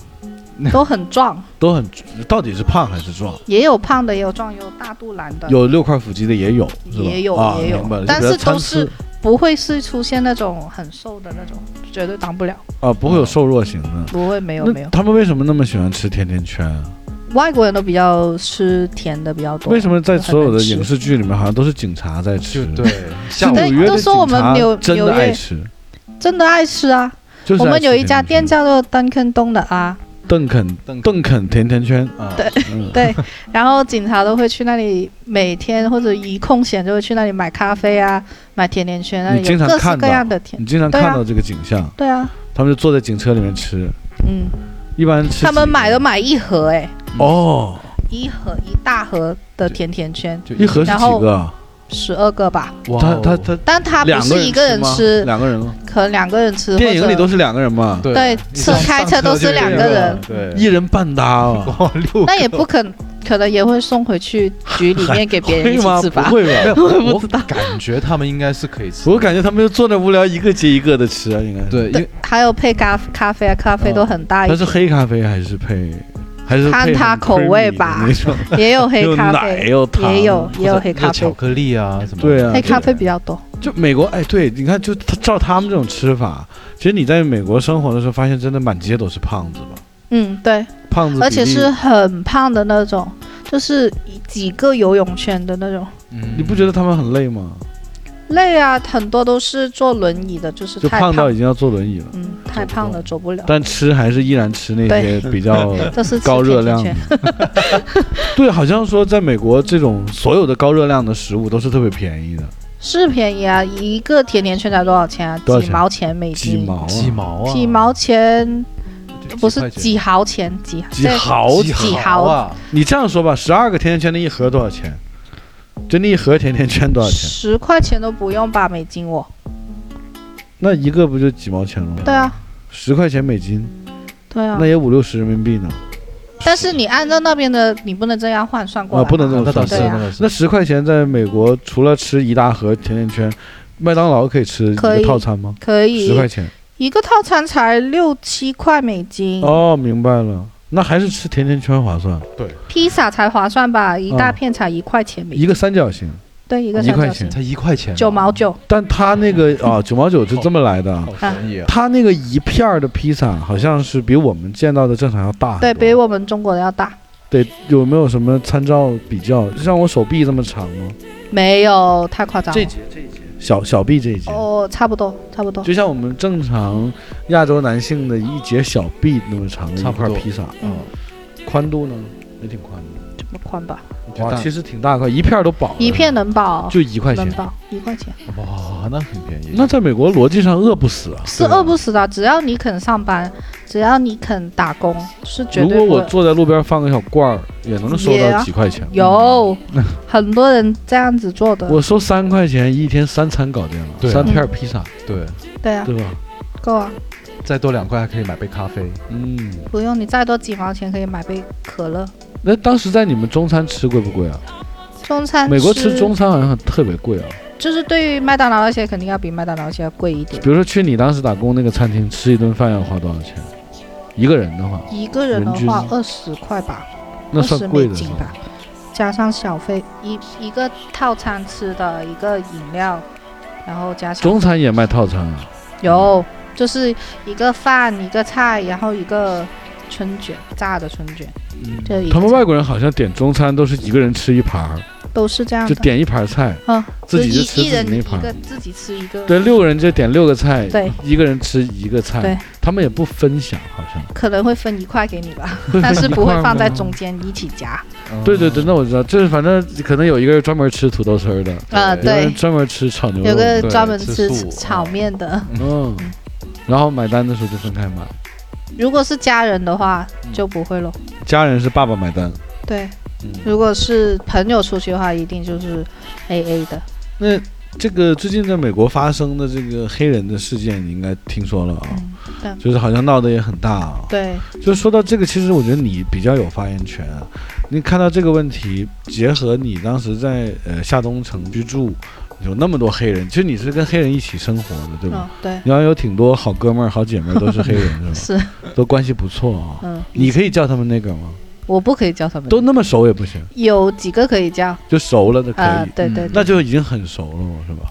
C: 都很壮，
B: 都很，到底是胖还是壮？
C: 也有胖的，也有壮，也有大肚腩的，
B: 有六块腹肌的也有，是吧？
C: 也有
B: 啊，
C: 也有
B: 明白了，
C: 但
B: 就比
C: 是
B: 较参
C: 都是
B: 差
C: 不会是出现那种很瘦的那种，绝对当不了，
B: 啊，不会有瘦弱型的。
C: 不会嗯没有没
B: 那
C: 有。
B: 他们为什么那么喜欢吃甜甜圈啊？
C: 外国人都比较吃甜的比较多，
B: 为什么在所有的
C: 很难吃
B: 影视剧里面好像都是警察在
D: 就
B: 吃？
D: 对，
B: 像
D: 像
B: 纽
C: 对
B: 约的
C: 都说我们
B: 警察
C: 纽
B: 真
C: 纽
B: 的
C: 约
B: 爱吃，
C: 真的爱吃啊？
B: 就是
C: 我
B: 爱
C: 们
B: 吃
C: 有一家
B: 甜甜圈
C: 店叫做丹坑东的 啊，
B: 邓肯
D: 邓
B: 邓肯甜甜 圈，
D: 啊，
C: 对
B: 嗯，
C: 对，然后警察都会去那里，每天或者一空闲就会去那里买咖啡啊，买甜甜圈，那
B: 你
C: 里
B: 经
C: 有
B: 常
C: 各式
B: 看
C: 各
B: 到
C: 样的甜
B: 你，经常
C: 对啊
B: 看到这个景象，
C: 对啊，
B: 他们就坐在警车里面吃，
C: 嗯，
B: 一般吃
C: 他们
B: 几个
C: 买都买一盒哎、
D: 嗯
B: 哦，
C: 一盒一大盒的甜甜圈，
D: 就
B: 一盒是
C: 然
B: 几
C: 后
B: 个啊？
C: 十二个吧，
D: 哇
B: 他
D: 哦，
B: 他他
C: 但它不
B: 两
C: 是一
B: 个
C: 个人
B: 吗
C: 吃，
B: 两个人吗？
C: 可能两个人吃，
B: 电影里
C: 或
B: 都
C: 者
B: 是两个人嘛，
C: 对
D: 一
C: 车
D: 上
C: 开车
D: 上
C: 都是
D: 就
C: 两
D: 一
C: 个人
D: 对，
B: 一人半搭啊。
D: 哇六
C: 那也不可可能也会送回去局里面给别人
B: 会
C: 一
B: 吗？
C: 起吃
B: 不
C: 吧？
B: 会吧？
D: 我不知道，感觉他们应该是可以吃的，
B: 我感觉他们就坐那无聊，一个接一个的吃啊，应该是。
D: 对，因为
C: 还有配咖咖啡啊，咖啡都很大
B: 它
C: 一
B: 是黑咖啡还是配，还是
C: 看
B: 配
C: 它
B: 很
C: 口味
B: creamy 的
C: 吧
B: 那种
C: 也有黑
B: 又
C: 咖
B: 奶
C: 啡，
B: 又糖，
C: 也有也有黑
D: 或者
C: 咖
D: 巧
C: 啡，
D: 克力啊什么的，
B: 对啊
C: 黑咖啡比较多。
B: 就美国，哎，对，你看，就他照他们这种吃法，其实你在美国生活的时候，发现真的满街都是胖子吧，
C: 嗯，对，
B: 胖子比例，
C: 而且是很胖的那种，就是几个游泳圈的那种。
D: 嗯，
B: 你不觉得他们很累吗？
C: 累啊，很多都是坐轮椅的，就是
B: 就
C: 太
B: 胖到已经要坐轮椅了，
C: 嗯，太胖了，走不了。
B: 但吃还是依然吃那些比 较。
C: 这是吃
B: 高热
C: 甜
B: 量
C: 甜圈
B: 对，好像说在美国，这种所有的高热量的食物都是特别便宜的，
C: 是便宜啊，一个甜甜圈才多少钱啊？
B: 多少
C: 几
B: 钱
C: 毛钱美
B: 几
C: 金，
B: 毛啊？
D: 几毛啊？
C: 几毛钱
D: 就块
C: 不是
D: 钱
C: 几毫钱，几
B: 几毫？
C: 毫
D: 几
C: 几
D: 毫啊？
B: 你这样说吧，十二个甜甜圈的一盒多少钱？就那一盒甜甜圈多少钱？
C: 十块钱都不用吧，美金我。
B: 那一个不就几毛钱了吗？
C: 对啊，
B: 十块钱美金，
C: 对啊
B: 那。也五六十人民币呢。
C: 但是你按照那边的，你不能这样换算过来
B: 啊
C: 嘛。
B: 不能这么
D: 那倒
B: 算
D: 是，
C: 对啊
D: 那倒是
B: 那。十块钱在美国，除了吃一大盒甜甜圈，麦当劳可以吃一
C: 可
B: 个
C: 以
B: 套餐吗？
C: 可以
B: 十块钱。
C: 一个套餐才六七块美金，
B: 哦，明白了，那还是吃甜甜圈划算。
C: 披萨才划算吧？一大
B: 嗯
C: 片才一块钱美金，
B: 一个三角形，
C: 对，一个
B: 一
C: 三
B: 块
C: 角
B: 钱
C: 形
D: 才一块钱啊，
C: 九毛九，
B: 但它那个啊，九毛九是这么来的啊。
D: 好便宜啊！
B: 它那个一片儿的披萨好像是比我们见到的正常要大很多，
C: 对比我们中国的要大。
B: 对，有没有什么参照比较？像我手臂这么长吗？
C: 没有，太夸张了。
B: 节这一节，小小臂这一节，
C: 哦，差不多，差不多。
B: 就像我们正常亚洲男性的一节小臂那么长的一
D: 差不
B: 块
D: 多
B: 披萨，
C: 嗯，
B: 宽度呢也挺宽的，
C: 这么宽吧？
D: 就
B: 哇，
D: 大
B: 其实挺大块，一片儿都饱了，
C: 一片能饱，
B: 就一块钱
C: 能，饱一块钱，
D: 哇，那很便宜。
B: 那在美国逻辑上饿不死啊。
C: 是饿不死的。只要你肯上班，只要你肯打工，是绝
B: 如
C: 对
B: 果
C: 不
B: 我
C: 会。
B: 坐在路边放个小罐儿，也能收
C: 也
B: 到
C: 啊
B: 几块钱。
C: 有很多人这样子做的，
B: 嗯我收三块钱，一天三餐搞定了，
D: 对
B: 三片儿披萨，
D: 对，
C: 对啊，
B: 对吧？
C: 够啊，
D: 再多两块还可以买杯咖啡。
B: 嗯，
C: 不用你再多几毛钱可以买杯可乐。
B: 那当时在你们中餐吃贵不贵啊？
C: 中餐
B: 美国吃中餐好像很特别贵啊。
C: 就是对于麦当劳那些肯定要比麦当劳那些要贵一点
B: 比。如说去你当时打工那个餐厅吃一顿饭要花多少钱？一个人的话，
C: 一个人的
B: 人均
C: 话二十块吧，
B: 那
C: 二
B: 算
C: 十
B: 贵
C: 美
B: 的
C: 金
B: 是吧
C: 吧，加上小费一一个套餐吃的一个饮料，然后加上
B: 中餐也卖套餐啊？
C: 有就是一个饭一个菜，然后一个春卷炸的春卷，这一个
B: 他们外国人好像点中餐都是一个人吃一盘儿，
C: 都是这样
B: 就
C: 的，
B: 点一盘菜，
C: 嗯，
B: 自己
C: 啊就
B: 就
C: 一
B: 吃
C: 一
B: 自
C: 人
B: 己那
C: 一
B: 盘
C: 个
B: 儿。
C: 自己吃一个，
B: 对，六个人就点六个菜，
C: 对，
B: 一个人吃一个菜
C: 对，
B: 他们也不分享，好像。
C: 可能会分一块给你 吧，
B: 分
C: 但是
B: 一
C: 不
B: 块
C: 会
B: 儿
C: 放在
B: 吗
C: 中间一起夹，
D: 嗯
B: 对对对，那我知道，就是反正可能有一个人专门吃土豆丝儿的，
C: 呃，
B: 有个人
C: 对，
B: 专门吃炒牛肉
C: 有
B: 的，
C: 个
D: 对
C: 专门
D: 吃
C: 吃
B: 啊
D: 素
C: 炒
D: 嗯
C: 面的。
B: 嗯，然后买单的时候就分开买，
C: 如果是家人的话，
B: 嗯
C: 就不会咯。
B: 家人是爸爸买单。
C: 对，
B: 嗯
C: 如果是朋友出去的话，一定就是 A A 的。
B: 那这个最近在美国发生的这个黑人的事件，你应该听说了啊，
C: 嗯，对
B: 就是好像闹得也很大啊。
C: 对，
B: 就说到这个，其实我觉得你比较有发言权啊。你看到这个问题，结合你当时在呃夏东城居住，有那么多黑人，其实你是跟黑人一起生活的，对吧？
C: 嗯，对，
B: 你要有挺多好哥们儿、好姐妹儿都是黑 人，是
C: 是，
B: 吧？都关系不错啊、
C: 嗯，
B: 你可以叫他们那个吗？
C: 我不可以叫他们，
B: 都那么熟也不行，
C: 有几个可以叫
B: 就熟了的可以，
C: 啊？对对，
D: 嗯
B: 那就已经很熟了，是吧？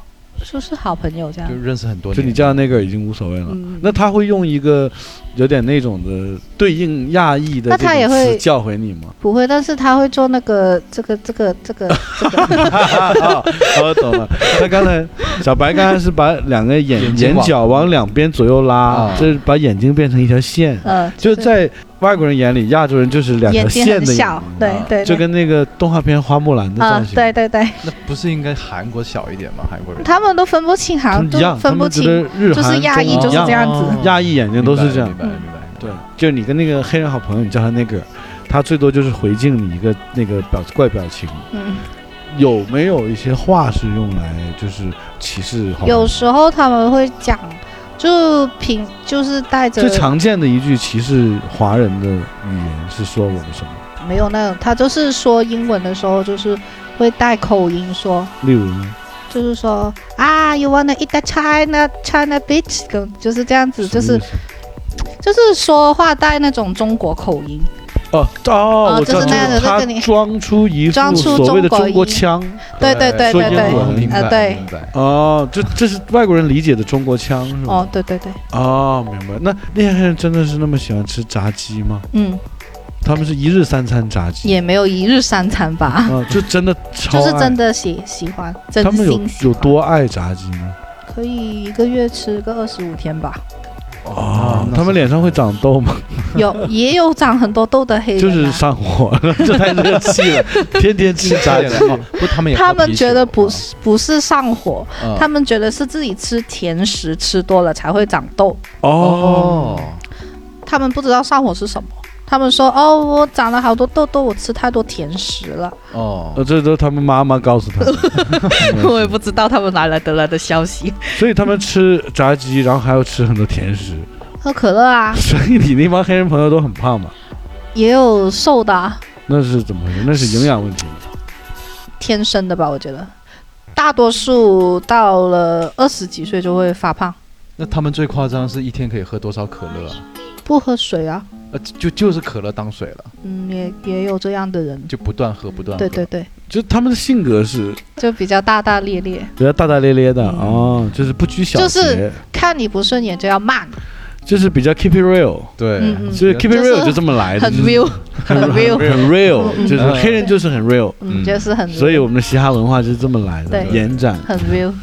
C: 就是好朋友这样
D: 就。认识很多年。
B: 就你叫那个已经无所谓了。
C: 嗯，
B: 那他会用一个有点那种的对应亚裔的
C: 那他
B: 这
C: 也
B: 种
C: 会
B: 词教诲你 吗？
C: 不会，但是他会做那个这个这个这个这个，
B: 哦我懂了。他刚才小白刚才是把两个眼
D: 眼睛
B: 眼
D: 往
B: 角往两边左右拉
D: 啊，
B: 就是把眼睛变成一条线。
C: 嗯，
B: 就是在外国人眼里，亚洲人就是两条
C: 眼睛
B: 线
C: 很
B: 的
C: 小
B: 眼，嗯
C: 对
D: 啊
C: 对，
B: 睛，就
C: 对
B: 跟那个动画片《花木兰》的
C: 啊
B: 造，型。
C: 对对对，
D: 那不是应该韩国小一点吗？韩国人
C: 他们都分不清，好
B: 他
C: 像
B: 们
C: 都
B: 一样，他
C: 分不
B: 们觉
C: 清
B: 得，日
C: 就是
B: 韩
C: 亚
B: 中
C: 裔就是
B: 一样
C: 这样子
D: 哦
B: 亚裔眼睛都是这样
D: 明。白了明白了明白
B: 对
D: 了，
B: 就是你跟那个黑人好朋友，你叫他那个，他最多就是回敬你一个那个表怪表情。
C: 嗯。
B: 有没有一些话是用来就是歧视好朋友？
C: 有时候他们会讲，就平就是带着
B: 最常见的一句歧视华人的语言是说我们什么？
C: 没有那种，他就是说英文的时候就是会带口音说，
B: 例如呢，
C: 就是说啊，you wanna eat that China China bitch，跟就是这样子，就
B: 什
C: 是
B: 么意思
C: 就是说话带那种中国口音，
B: 哦哦，
C: 哦
B: 我知道
C: 就是那个
B: 他
C: 那个你
B: 装出一副
C: 装出
B: 所谓的中
C: 中
B: 国
C: 国
B: 腔
C: 对对对
B: 说
C: 对
B: 英文
C: 对，
D: 明白
C: 呃对
D: 明白
B: 哦，这这是外国人理解的中国腔是吧？
C: 哦，对对对，
B: 哦，明白。那那些黑人真的是那么喜欢吃炸鸡吗？
C: 嗯，
B: 他们是一日三餐炸鸡
C: 也没有一日三餐吧，
B: 啊，就真的超
C: 就
B: 爱。
C: 是真的喜喜欢，真
B: 他们有
C: 心喜
B: 有
C: 欢，
B: 多爱炸鸡呢？
C: 可以一个月吃个二十五天吧，
D: 哦
B: 哦啊，他们脸上会长痘吗？
C: 有也有长很多痘的黑人、啊，
B: 就是上火了，这太热气 了，天天吃炸
D: 点
B: 鸡。
D: 哦，不，他们也喝
C: 他们
D: 啤
C: 觉得
D: 酒
B: 啊
C: 不，是不是上火，
D: 嗯
C: 他们觉得是自己吃甜食吃多了才会长痘，
B: 哦，
D: 哦，
C: 他们不知道上火是什么。他们说：“哦，我长了好多痘痘，我吃太多甜食 了。
B: 呃
D: 哦，
B: 这都他们妈妈告诉他 们，”
C: 我也不知道他们哪来得来的消息。
B: 所以他们吃炸鸡，然后还要吃很多甜食，
C: 喝可乐啊，
B: 所以你那帮黑人朋友都很胖嘛？
C: 也有瘦的、啊，
B: 那是怎么回事？那是营养问题。
C: 天生的吧？我觉得，大多数到了二十几岁就会发胖，
D: 那他们最夸张是一天可以喝多少可乐啊？
C: 不喝水啊。
D: 呃，就就是可乐当水了，
C: 嗯，也也有这样的人。
D: 就不断喝，不
B: 啊
D: 断喝。
C: 对对对，
B: 就他们的性格是
C: 就比较大大咧咧，
B: 比较大大咧咧的
C: 嗯
B: 哦，就是不拘小节，
C: 就是看你不顺眼就要骂你，
B: 就是比较 keep it real，
D: 对，
C: 嗯嗯
B: 就是 keep it
C: 就是
B: real 就这么来的，
C: 很
B: 就是
C: real，很 real，
B: 很 real，
C: 嗯
B: 就是黑人就是很 real，
C: 嗯，就是很 real，
B: 所以我们的嘻哈文化就是这么来的
C: 对
B: 延展。
C: 很 real，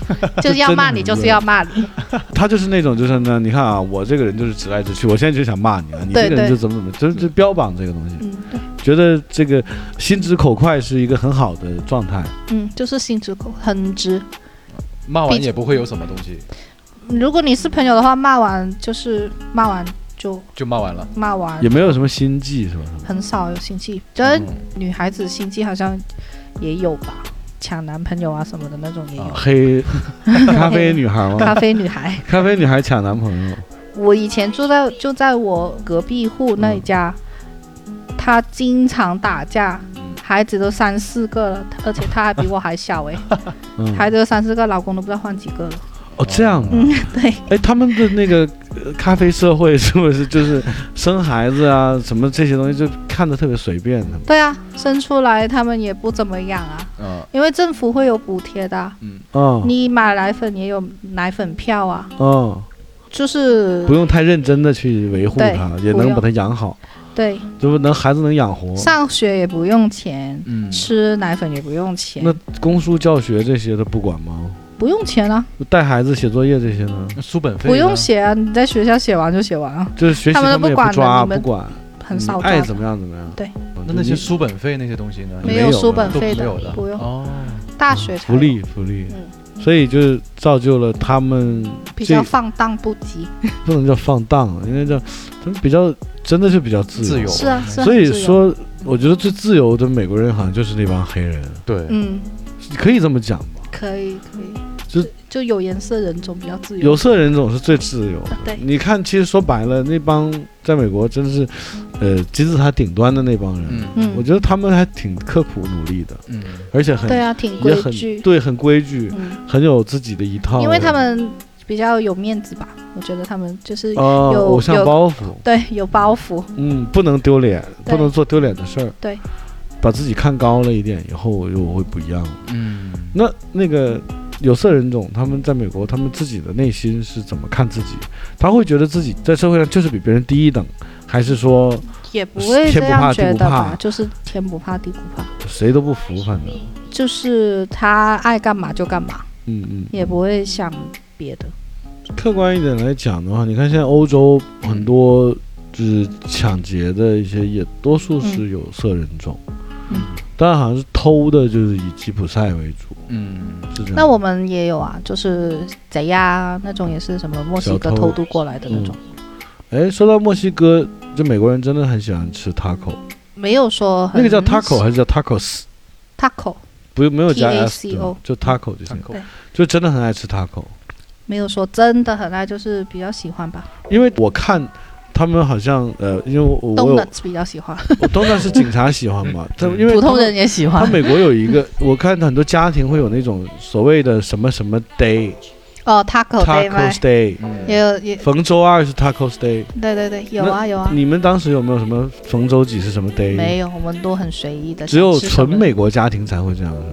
C: 就是要骂你就是要骂你，
B: 他就是那种就是呢，你看啊，我这个人就是直来直去，我现在就想骂你了，你这个
C: 对
B: 人
C: 对
B: 就怎么怎么，就是就标榜这个东西，
C: 嗯，对，
B: 觉得这个心直口快是一个很好的状态。
C: 嗯，就是心直口很直。
D: 骂完
C: 毕
D: 也不会有什么东西，
C: 如果你是朋友的话，骂完就是骂完就
D: 就骂完了。
C: 骂完
B: 也，没有什么心计是吧？
C: 很少有心计，觉得
D: 嗯
C: 女孩子心计好像也有吧，抢男朋友啊什么的那种也
B: 哦
C: 有。
B: 黑咖啡女孩吗？
C: 咖啡女孩，
B: 咖啡女孩抢男朋友，
C: 我以前住在就在我隔壁户那一家，
B: 嗯
C: 她经常打架，孩子都三四个了，而且她还比我还小 哎、
B: 嗯，
C: 孩子都三四个，老公都不知道换几个了。
B: 哦这样啊，
C: 嗯对，
B: 哎，他们的那个呃咖啡社会是不是就是生孩子啊什么这些东西就看得特别随便的？
C: 对啊，生出来他们也不怎么样啊，
D: 嗯
C: 因为政府会有补贴的啊，
D: 嗯，
B: 嗯
C: 你买奶粉也有奶粉票啊，
B: 嗯，
C: 就是
B: 不用太认真的去维护
C: 对
B: 它，也
C: 不
B: 能
C: 用
B: 把它养好，
C: 对，
B: 就是能孩子能养活。
C: 上学也不用钱，
D: 嗯
C: 吃奶粉也不用钱
B: 那，公书教学这些他不管吗？
C: 不用钱啊，
B: 带孩子写作业这些呢？
D: 那书本费
C: 不用
D: 呢
C: 写啊，你在学校写完就写完啊，
B: 就是学习
C: 他们都
B: 们也
C: 不管的
B: 抓，
C: 你们
B: 不管，
C: 很
B: 你
C: 少
B: 爱
C: 赚。啊
B: 怎么样怎么样。
C: 对
B: 嗯，
D: 那那些
B: 你
D: 书本费那些东西呢？
B: 没
C: 没
B: 有啊
C: 有书本
D: 都
C: 费
D: 没有的，
C: 不用。
D: 哦，
C: 大学才
B: 福
C: 有
B: 利福利，
C: 嗯
B: 所以就是造就了他们
C: 比
B: 这
C: 较放荡不羁，
B: 不能叫放荡，啊应该叫他们比较真的是比较自
D: 自由
C: 是啊，是啊
B: 所以
C: 很自由，
B: 说，我觉得最自由的美国人好像就是那帮黑人，
D: 对，
C: 嗯，
B: 可以这么讲吧？
C: 可以可以，
B: 就
C: 就就有颜色人种比较自由，
B: 有色人种是最自由的。
C: 对
B: 你看，其实说白了，那帮在美国真是，呃，金字塔顶端的那帮人，
D: 嗯
C: 嗯
B: 我，觉得他们还挺刻苦努力的，
D: 嗯，
B: 而且很
C: 对啊，挺
B: 也
C: 规
B: 很
C: 矩，
B: 对，很规矩，
C: 嗯，
B: 很有自己的一套。
C: 因为他们比较有面子吧，我觉得他们就是
B: 呃
C: 有
B: 偶像
C: 有
B: 包袱，
C: 对有 包袱，
B: 嗯，不能丢脸，
C: 对
B: 不能做丢脸的事儿。
C: 对，
B: 把自己看高了一点，以后又会不一样。
D: 嗯，
B: 那那个有色人种，他们在美国，他们自己的内心是怎么看自己？他会觉得自己在社会上就是比别人低一等，还是说
C: 也不会
B: 天
C: 这
B: 不怕
C: 样
B: 地
C: 觉
B: 不
C: 得
B: 怕
C: 吧，就是天不怕地不怕，
B: 谁都不服？反正，
C: 就是他爱干嘛就干嘛，
B: 嗯嗯，
C: 也不会想别的，
B: 客观一点来讲的话，你看现在欧洲很多就是抢劫的一些，也多数是有色人种，
C: 嗯，
B: 当然好像是偷的，就是以吉普赛为主，
D: 嗯，
B: 是这样。
C: 那我们也有啊，就是贼呀那种，也是什么墨西
B: 小
C: 哥
B: 偷
C: 偷渡过来的那种，
B: 哎，说到墨西哥，这美国人真的很喜欢吃 taco，
C: 没有说
B: 那
C: 很
B: 个叫 taco 还是叫 tacos？
C: taco，
B: 不用没有加 s，
C: TACO
B: 对吧就 taco 就行。
D: 口
C: 对
B: 就真的很爱吃 taco，
C: 没有说真的很爱，就是比较喜欢吧
B: 因为我看他们好像呃，因为我我有
C: ，donuts 比较喜欢，
B: 我当然是警察喜欢 嘛，他因为
C: 普通
B: 他们
C: 人也喜
B: 他
C: 欢。
B: 美国有一个，我看很多家庭会有那种所谓的什么什么 day
C: 哦，taco
B: tacos
C: day my，
B: day，
D: 嗯
C: 也有也
B: 逢周二是 tacos day。
C: 对对对，有啊有啊，
B: 你们当时有没有什么逢周几是什么 day？
C: 没有，我们都很随意的，
B: 只有
C: 想吃什么
B: 纯美国家庭才会这样，是吧？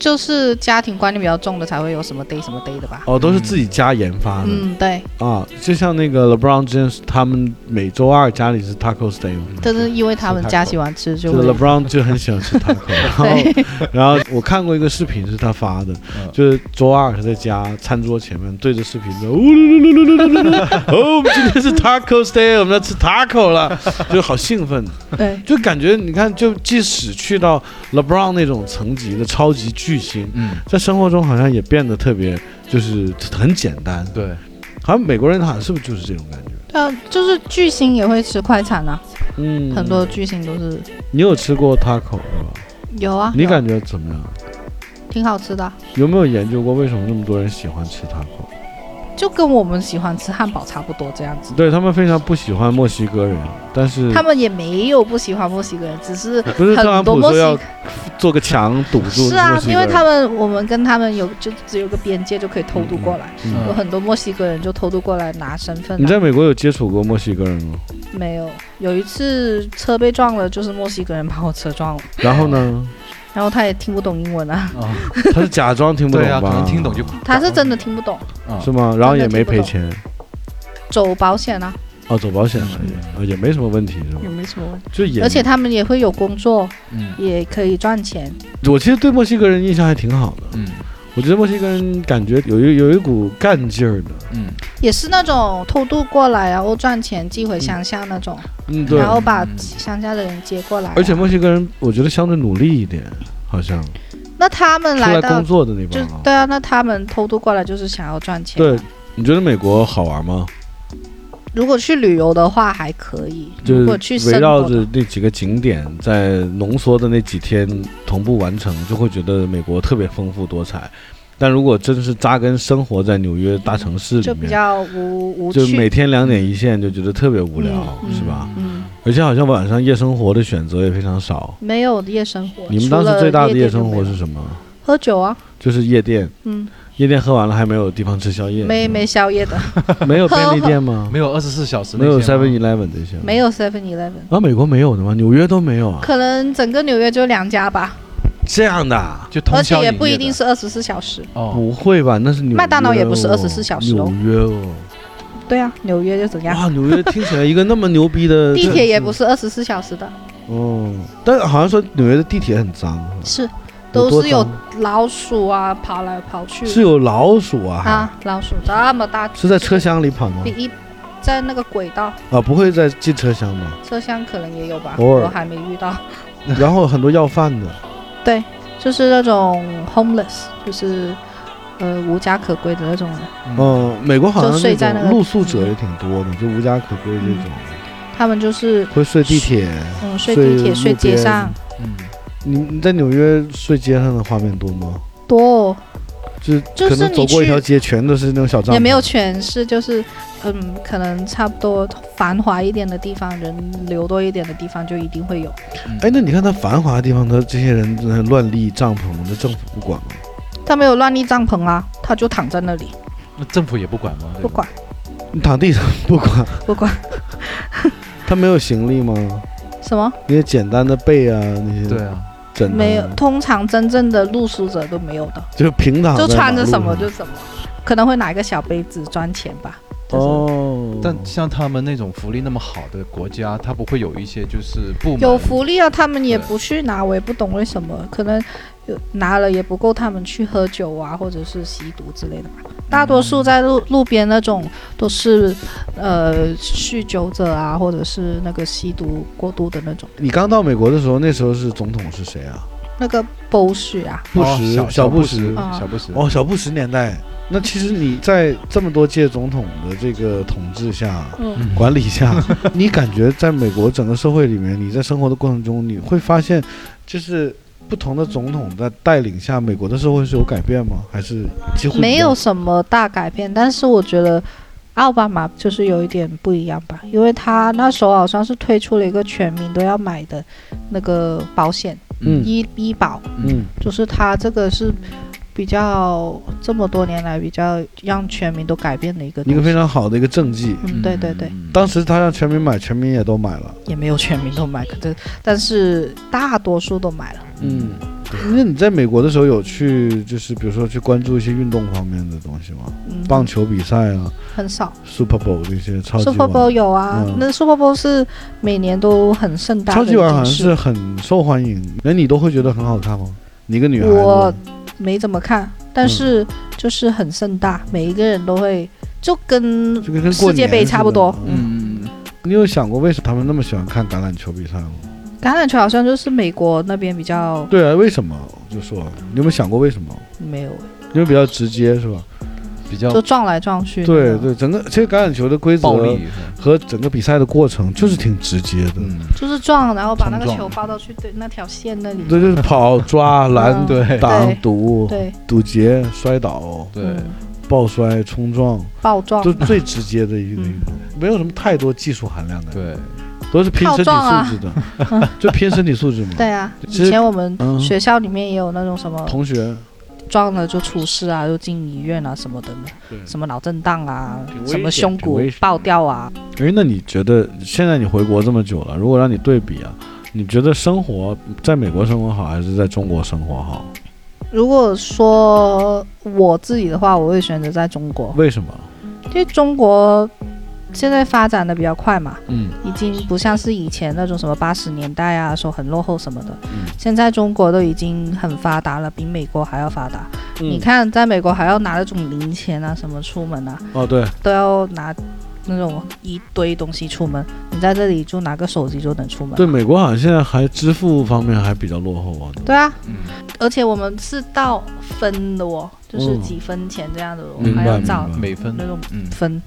C: 就是家庭观念比较重的才会有什么 day 什么 day 的吧。
B: 哦，都是自己家研发的、
C: 嗯，对，
B: 啊，就像那个 LeBron James 他们每周二家里是 Taco Day 嘛，
C: 但是因为他们家喜欢吃，就
B: 就
C: 会
B: LeBron 就很喜欢吃 taco，然后
C: 对，
B: 然后我看过一个视频是他发的，
D: 嗯
B: 就是周二他在家餐桌前面对着视频说，呜噜噜噜噜噜噜噜，哦，我们今天是 Taco Day，我们要吃 taco 了，就好兴奋，
C: 对，
B: 就感觉你看，就即使去到 LeBron 那种层级的超级巨星，
D: 嗯，
B: 在生活中好像也变得特别就是很简单，
D: 对，
B: 好像美国人好像是不是就是这种感觉？
C: 呃，就是巨星也会吃快餐啊，
B: 嗯，
C: 很多巨星都是
B: 你有吃过 taco 是吧？
C: 有啊，
B: 你
C: 有
B: 感觉怎么样？
C: 挺好吃的啊，
B: 有没有研究过为什么那么多人喜欢吃 taco？
C: 就跟我们喜欢吃汉堡差不多这样子。
B: 对他们非常不喜欢墨西哥人，但是
C: 他们也没有不喜欢墨西哥人，只是
B: 不嗯是特朗
C: 很多
B: 普说
C: 墨西
B: 要做个墙堵住
C: 是啊
B: 墨，西
C: 因
B: 哥
C: 为
B: 人
C: 他们我们跟他们有就只有个边界就可以偷渡过来，
B: 嗯
C: 有很多墨西哥人就偷渡过来拿身份、
B: 你
C: 啊。
B: 在美国有接触过墨西哥人 吗？
C: 没有，有一次车被撞了，就是墨西哥人把我车撞了，
B: 然后呢，
C: 然后他也听不懂英 文啊，
D: 啊，
B: 他是假装听不懂
D: 对
B: 吧？
D: 啊，可能听懂就
C: 他是真的听不懂，
D: 啊
B: 是吗？然后也没
C: 真
B: 赔
C: 的听
B: 钱
C: 走保险啊，
B: 哦，走保险了也啊，也没什么问题是吧
C: 也？没什么问题。
B: 就也
C: 嗯而且他们也会有工作，
D: 嗯
C: 也可以赚钱。
B: 我其实对墨西哥人印象还挺好的，
D: 嗯
B: 我觉得墨西哥人感觉有一有一股干劲儿的，
D: 嗯，
C: 也是那种偷渡过来，然后赚钱寄回乡下那种，
B: 嗯对，
C: 然后把
D: 嗯
C: 乡下的人接过来啊、
B: 而且墨西哥人我觉得相对努力一点，好像出
C: 那他们来
B: 来
C: 到
B: 工作的那
C: 就
B: 帮啊，
C: 对啊，那他们偷渡过来就是想要赚钱。
B: 对，，你觉得美国好玩吗？
C: 嗯如果去旅游的话还可以，
B: 就
C: 如果去
B: 是
C: 生
B: 围
C: 活
B: 绕
C: 的
B: 着那几个景点，在浓缩的那几天同步完成，就会觉得美国特别丰富多彩。但如果真是扎根生活在纽约大城市里
C: 就比
B: 面，
C: 较无无
B: 就每
C: 趣。
B: 天两点一线，就觉得特别无聊，
C: 嗯
B: 是吧？
C: 嗯，
B: 而且好像晚上夜生活的选择也非常少。
C: 没有夜生活。
B: 你们当
C: 除
B: 时
C: 了
B: 最大的
C: 夜
B: 夜
C: 店就
B: 生活
C: 没有
B: 是什么？
C: 喝酒啊，
B: 就是夜店，
C: 嗯，
B: 夜店喝完了还没有地方吃宵夜，
C: 没
B: 是吧
C: 没 宵夜的，
B: 没有便利店 吗？
D: 没有二十四小时那
B: 没
D: 些吗，
B: 有 Seven Eleven 这些吗
C: 没有 Seven Eleven，
B: 啊？美国没有的吗？纽约都没有啊？
C: 可能整个纽约就两家吧，
B: 这样的啊。
D: 就
C: 而
D: 通
C: 且
D: 宵
C: 也
D: 营
C: 不
D: 业
C: 一
D: 的
C: 定是二十四小时。
D: 哦，
B: 不会吧？那是纽约哦
C: 麦当劳也不是24小时哦
B: 纽约哦，
C: 对啊，纽约就怎样？
B: 哇，纽约听起来一个那么牛逼的
C: 地铁也不是二十四小时的，
B: 哦，但好像说纽约的地铁很脏，啊
C: 是
B: 有
C: 都
B: 多
C: 是有
B: 脏
C: 老鼠啊，跑来跑去
B: 是有老鼠啊，还
C: 啊，老鼠这么大，
B: 是在车厢里跑吗
C: 第？一在那个轨道
B: 啊，不会在进车厢 吧？
C: 车厢可能也有吧，
B: 偶尔
C: 我还没遇到。
B: 然后很多要饭的，
C: 就是那种 homeless，就是呃无家可归的那种人，
B: 嗯，美国好像
C: 就睡在那
B: 种
C: 个
B: 露宿者也挺多的，就无家可归这种，
C: 他们就是
B: 会睡地铁。
C: 嗯睡地
B: 睡
C: 铁、睡
B: 路边
C: 街上，
D: 嗯，
B: 你你在纽约睡街上的画面多吗？
C: 多哦、
B: 就是
C: 就是
B: 可能走过一
C: 你去
B: 条街，全都是那种小帐篷，
C: 也没有全是，就是嗯可能差不多繁华一点的地方，人流多一点的地方就一定会有。
D: 嗯
B: 哎，那你看他繁华的地方，他这些人在那乱立帐篷，那政府不管吗？
C: 他没有乱立帐篷啊，他就躺在那里
D: 那政府也不管吗？对
C: 不
D: 吧
C: 管
B: 你躺地上不管，
C: 不管
B: 他没有行李吗？
C: 什么
B: 那些简单的被啊，那些
D: 对啊，
B: 枕头
C: 没有，通常真正的露宿者都没有的，
B: 就平躺在
C: 就穿着
B: 啊马路
C: 什么
B: 上
C: 就什么，可能会拿一个小杯子装钱吧。就是
B: 哦，
D: 但像他们那种福利那么好的国家，他不会有一些就是部门
C: 有福利啊，他们也
D: 对
C: 不去拿，我也不懂为什么，可能有拿了也不够他们去喝酒啊，或者是吸毒之类的吧。大多
B: 嗯
C: 数在路路边那种都是，呃，酗酒者啊，或者是那个吸毒过度的那种，
B: 你刚到美国的时候，那时候是总统是谁啊？
C: 那个 bullshit 啊，
B: 布
D: 哦
B: 什，
D: 小
B: 小
D: 布
B: 什。
C: 啊
D: 小布什
B: 哦，小布什年代。那其实你在这么多届总统的这个统治下、
C: 嗯，
B: 管理下， 你感觉在美国整个社会里面，你在生活的过程中，你会发现，就是不同的总统在带领下，美国的社会是有改变吗？还是几乎
C: 没
B: 一样
C: 有什么大改变，但是我觉得。奥巴马就是有一点不一样吧，因为他那时候好像是推出了一个全民都要买的那个保险，
B: 嗯
C: 医医保，
B: 嗯
C: 就是他这个是比较这么多年来比较让全民都改变的一个东
B: 一个
C: 西
B: 非常好的一个政绩。
C: 嗯，对对对，，
D: 嗯
B: 当时他让全民买，全民也都买了。
C: 也没有全民都买，可是但是大多数都买了。
B: 嗯，那你在美国的时候有去，就是比如说去关注一些运动方面的东西吗？
C: 嗯，
B: 棒球比赛啊
C: 很少。
B: ，Super Bowl 这些超级
C: Super
B: 碗
C: Bowl 有啊，
B: 嗯
C: 那 Super Bowl 是每年都很盛大的
B: 超
C: 一
B: 级
C: 件事。
B: 碗好像是很受欢迎，那你都会觉得很好看吗？你一个女孩子，
C: 我没怎么看，但
B: 嗯
C: 是就是很盛大，每一个人都会，就跟
B: 这个跟过
C: 世界杯
B: 年似
C: 差不
B: 的
C: 多
B: 嗯，
D: 嗯，
B: 你有想过为什么他们那么喜欢看橄榄球比赛吗？
C: 橄榄球好像就是美国那边比较
B: 对啊，为什么？我就说你有没有想过为什么？
C: 没有，
B: 因为比较直接是吧？
D: 比较
C: 就撞来撞去。
B: 对，对，整个其实橄榄球的规则
D: 暴力，是吧
B: 和整个比赛的过程就是挺直接的，
D: 嗯，
C: 就是撞，然后把那个
D: 冲撞
C: 球抛到去对那条线那里。
B: 对，就是跑、抓、拦、
C: 嗯
D: 对
B: 挡、堵、
C: 对，
B: 堵截、摔倒、
D: 对，
C: 嗯
B: 抱摔、冲撞，
C: 爆撞
B: 都是最直接的一个
C: 嗯
B: 运动，没有什么太多技术含量的，
D: 对，
B: 都是拼身体
C: 靠撞啊
B: 素质的， 就拼身体素质嘛。
C: 对啊，
B: 其实
C: 以前我们
B: 嗯
C: 学校里面也有那种什么
B: 同学，
C: 撞了就出事啊，又进医院啊什么的呢
B: 对，
C: 什么脑震荡啊
B: 挺，危
C: 什么
B: 险
C: 胸
B: 挺
C: 骨
B: 危险
C: 爆掉啊，
B: 哎，那你觉得现在你回国这么久了，如果让你对比啊，你觉得生活在美国生活好，还是在中国生活好？
C: 如果说我自己的话，我会选择在中国，
B: 为什么？
C: 因为中国现在发展的比较快嘛，
B: 嗯，
C: 已经不像是以前那种什么八十年代啊，说很落后什么的。
B: 嗯
C: 现在中国都已经很发达了，比美国还要发达。
B: 嗯
C: 你看，在美国还要拿那种零钱啊，什么出门啊，
B: 哦，对，
C: 都要拿那种一堆东西出门。你在这里就拿个手机就能出门。
B: 对，美国好像现在还支付方面还比较落后啊。
C: 对啊，
D: 嗯，
C: 而且我们是到分的哦，就是
B: 嗯
C: 几分钱这样的哦，
B: 明白
C: 还要找
B: 明白
D: 美分
C: 那，种
D: 嗯，
C: 分，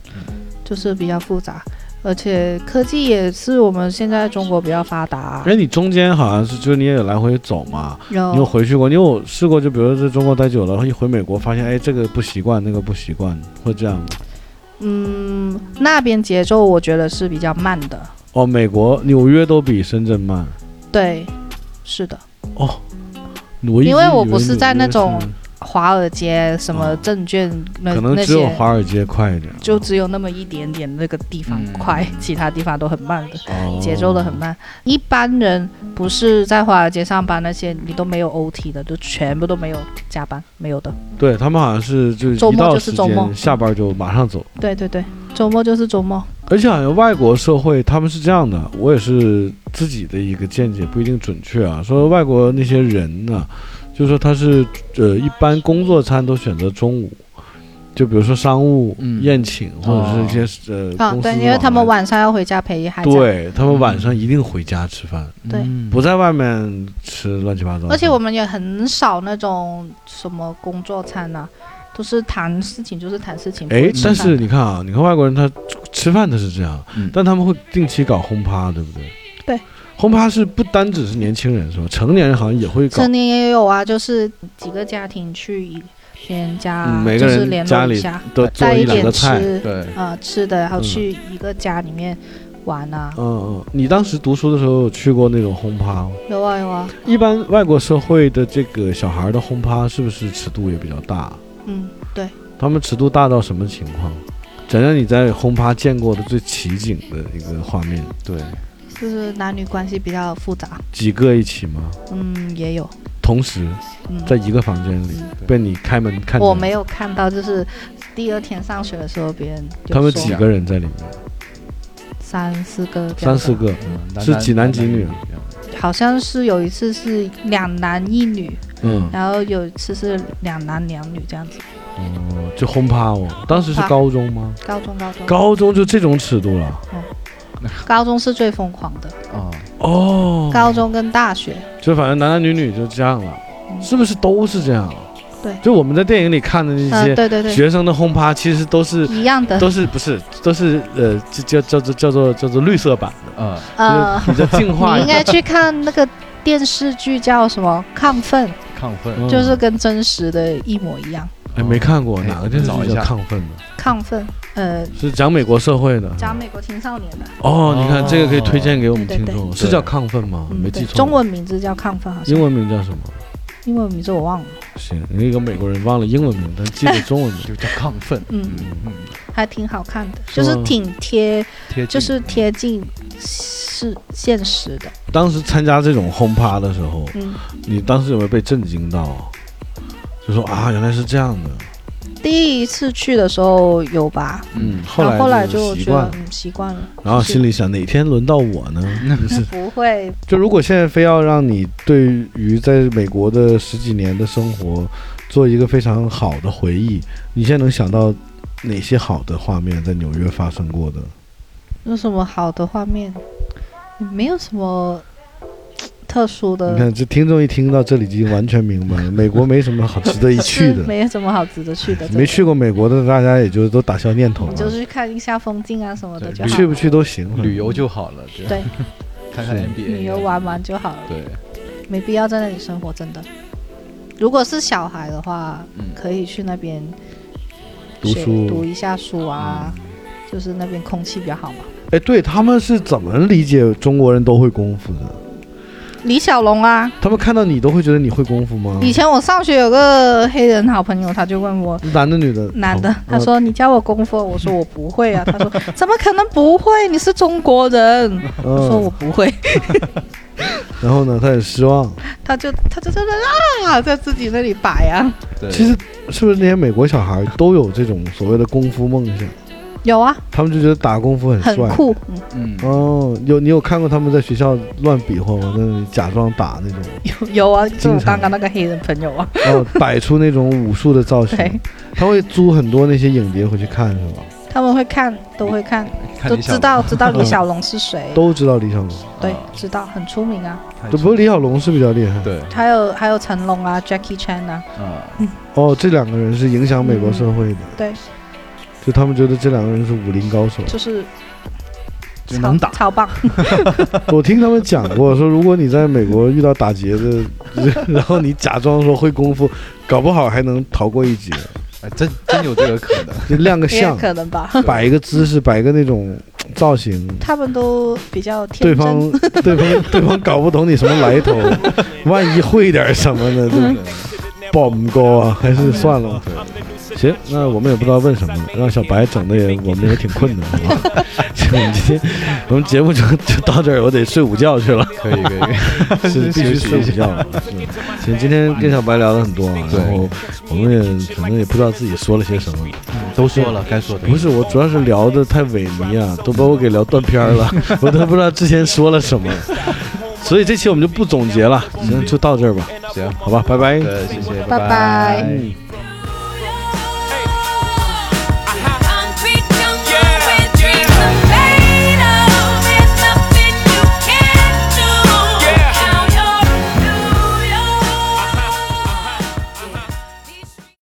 C: 就是比较复杂。而且科技也是我们现在中国比较发达，
B: 哎，你中间好像是就是你也有来回走嘛，
C: 然
B: 你有
C: 后
B: 回去过？你有试过就比如说在中国待久了，然后一回美国发现哎这个不习惯，那个不习惯，会这样吗？
C: 嗯，那边节奏我觉得是比较慢的，
B: 哦，美国纽约都比深圳慢
C: 对，是的，
B: 哦。我一直
C: 因为我
B: 以
C: 不是
B: 纽
C: 在那
B: 约
C: 种华尔街什么
B: 哦
C: 证券那、
B: 可能
C: 那
B: 只有
C: 些。
B: 华尔街快一点，
C: 就只有那么一点点那个地方
D: 嗯
C: 快，其他地方都很慢的。
B: 哦
C: 节奏的很。慢。一般人不是在华尔街上班那些，你都没有 OT 的，就全部都没有加班，没有的。
B: 对他们好像是就
C: 周
B: 一
C: 末
B: 到
C: 就是
B: 时
C: 周末
B: 间下班就马上走，
C: 对对对，周末就是周末。
B: 而且好像外国社会他们是这样的，我也是自己的一个见解，不一定准确啊。说外国那些人呢、就说他是呃一般工作餐都选择中午，就比如说商务、
D: 嗯
B: 宴请或者是一些、呃
C: 啊
B: 公，司
C: 对，因为
B: 往
C: 他们
B: 来
C: 晚上要回家陪孩子。。
B: 对他们晚上一定回家吃饭，
C: 对
D: 嗯
B: 不在外面吃乱七八糟的。
C: 而且我们也很少那种什么工作餐啊，都是谈事情就是谈事情。不
B: 哎
C: 会，吃
B: 但
C: 饭
B: 是你看啊，你看外国人他吃饭他是这样，
D: 嗯
B: 但他们会定期搞轰趴，对不对？
C: 对，
B: 轰趴是不单只是年轻人是吧？成年人好像也会搞
C: 成，年也有啊，就是几个家庭去一别人家，
B: 嗯每个
C: 啊就是
B: 人
C: 联
B: 家
C: 络一
B: 里
C: 下，
B: 都做
C: 带
B: 一
C: 一
B: 两
C: 点
B: 个
C: 吃
B: 菜。
D: 对，
C: 啊、吃的，然后
B: 嗯
C: 去一个家里面玩啊，
B: 嗯嗯，你当时读书的时候有去过那种轰趴吗？
C: 有啊有啊，
B: 一般外国社会的这个小孩的轰趴是不是尺度也比较大？
C: 嗯，对。
B: 他们尺度大到什么情况？讲讲你在轰趴见过的最奇景的一个画面，
D: 对，
C: 就是男女关系比较复杂，
B: 几个一起吗？
C: 嗯，也有，
B: 同时
C: 嗯，
B: 在一个房间里
C: 嗯
B: 被你开门看见，
C: 我没有看到，就是第二天上学的时候，别人就
B: 他们
C: 说
B: 几个人在里面？
C: 三四个，
B: 三四，个，
D: 嗯
B: 是几男几女？
C: 好像是有一次是两男一女，
B: 嗯，
C: 然后有一次是两男两女这样子，
D: 嗯
B: 哦，就轰趴哦。当时是
C: 轰趴
B: 高中吗？
C: 高中高中
B: 高中就这种尺度了。
C: 高中是最疯狂的，
D: 啊，
B: 哦，
C: 高中跟大学，
B: 就反正男男女女就这样了，
C: 嗯
B: 是不是都是这样？
C: 对
B: 就我们在电影里看的
C: 嗯、
B: 那些
C: 对对嗯对，
B: 学生的轰趴，其实都是
C: 一样的，
B: 都是不是都是呃叫叫叫做叫做叫做绿色版的，
D: 啊，
C: 呃，
B: 比较进化一
C: 你应
B: 点
C: 该。去看那个电视剧叫什么《亢奋》，
D: 亢奋，
B: 嗯
C: 就是跟真实的一模一样，
B: 哎，没看过
D: 哎
B: 哪个电视
D: 找
B: 剧
D: 一
B: 叫
D: 下
B: 亢奋的，
C: 亢奋，呃，
B: 是讲美国社会的。
C: 讲美国青少年的。
B: 哦，你看
D: 哦
B: 这个可以推荐给我们
C: 对
B: 听
C: 对
B: 众，
D: 对
B: 是叫亢奋吗？
C: 嗯，
B: 没
C: 对
B: 记错。
C: 中文名字叫亢奋，好像
B: 英文名叫什么？
C: 英文名字我忘了，
B: 行，你一个美国人忘了英文名，但记得中 文名。
D: 就叫亢奋，
C: 嗯，
D: 嗯，
C: 还挺好看的，
B: 是
C: 就是
B: 吗嗯
C: 挺贴，
D: 贴近
C: 就是贴近是现实的。
B: 当时参加这种轰趴的时候，
C: 嗯，
B: 你当时有没有被震惊到啊？就说啊，原来是这样的。
C: 第一次去的时候有吧，
B: 嗯，后
C: 然后后来
B: 来
C: 就
B: 习
C: 觉得
B: 惯了，
C: 嗯习惯了，
B: 然后
C: 就是
B: 心里想哪天轮到我呢？
C: 不会
B: 就如果现在非要让你对于在美国的十几年的生活做一个非常好的回忆，你现在能想到哪些好的画面在纽约发生过的？
C: 有什么好的画面，没有什么特殊
B: 你
C: 的，
B: 看，这听众一听到这里已经完全明 白了，美国没什么好值得一去
C: 是
B: 的。
C: 没有什么好值得去的。
B: 没去过美国的，大家也就都打消念头
C: 真的，你就
B: 了。
C: 去看一下风景啊什么的就
D: 对
C: 好
B: 去
C: 了，
B: 不去都行，
D: 旅游就好了，对
C: 对，
D: 看看
B: 是
D: NBA，
C: 旅游玩玩就好了，
D: 对，
C: 没必要在那里生活，真的。如果是小孩的话，
D: 嗯
C: 可以去那边
B: 读
C: 学
B: 书嗯
C: 读一下书啊，就是那边空气比较好嘛。
B: 哎，对他们是怎么理解中国人都会功夫的？
C: 李小龙啊，
B: 他们看到你都会觉得你会功夫吗？
C: 以前我上学有个黑人好朋友，他就问我。
B: 男的女的？
C: 男的
B: 哦，
C: 他说你教我功夫，我说我不 会啊。他说怎么可能不会？你是中国人。
B: 嗯
C: 我说我不会，
B: 然后呢，他很失望。
C: 他就他就在那啊，在自己那里摆啊。
D: 对
B: 其实是不是那些美国小孩都有这种所谓的功夫梦想？
C: 有啊，
B: 他们就觉得打功夫很
C: 很
B: 帅。
C: 酷。 嗯，
D: 嗯，
B: 哦，有你有看过他们在学校乱比划吗？在那里假装打那种，
C: 有有啊，就
B: 经
C: 我
B: 常
C: 刚刚那个黑人朋友啊。
B: 然后摆出那种武术的造型
C: 对。
B: 他会租很多那些影碟回去看，是吧？
C: 他们会看，都会看，
D: 看
C: 都
D: 理想
C: 知道知道
B: 嗯
C: 李小龙是谁，
B: 都知道李小龙，
C: 对
D: 啊，
C: 知道很出名啊。
D: 太
B: 只不过李小龙是比较厉害。
D: 对
C: 还有还有成龙啊，Jackie Chan 啊，
D: 啊，
B: 哦，这两个人是影响美国社会的。
C: 对，
B: 就他们觉得这两个人是武林高手。
C: 就是
D: 就能打
C: 超 棒。
B: 我听他们讲过，说如果你在美国遇到打劫的，然后你假装说会功夫，搞不好还能逃过一劫。
D: 哎真真有这个可能，
B: 就亮个
C: 也有
B: 相，
C: 可能吧。
B: 摆一个姿势，摆一个那种造型，
C: 他们都比较
B: 对
C: 天
B: 方
C: 真，
B: 对方 对方搞不懂你什么来头，万一会点什么
C: 嗯
B: 呢？对不对？报不高啊，还是算了吧。行，那我们也不知道问什么，
C: 嗯
B: 让小白整的也我们也挺困的，是 吧？行，我们今天我们节目就就到这儿，我得睡午觉去 了。
D: 可以可以，
B: 是必须睡午觉了。是，行，今天跟小白聊了很多啊，
D: 对
B: 然后我们也可能也不知道自己说了些什么。
D: 都说了该说的，
B: 不是，我主要是聊的太萎靡啊，都把我给聊断片儿了， 我都不知道之前说了什么，所以这期我们就不总结了，行，就到这儿吧，
D: 行，
B: 好吧，拜拜。
D: 呃，谢谢，
C: 拜拜
D: 拜
B: 嗯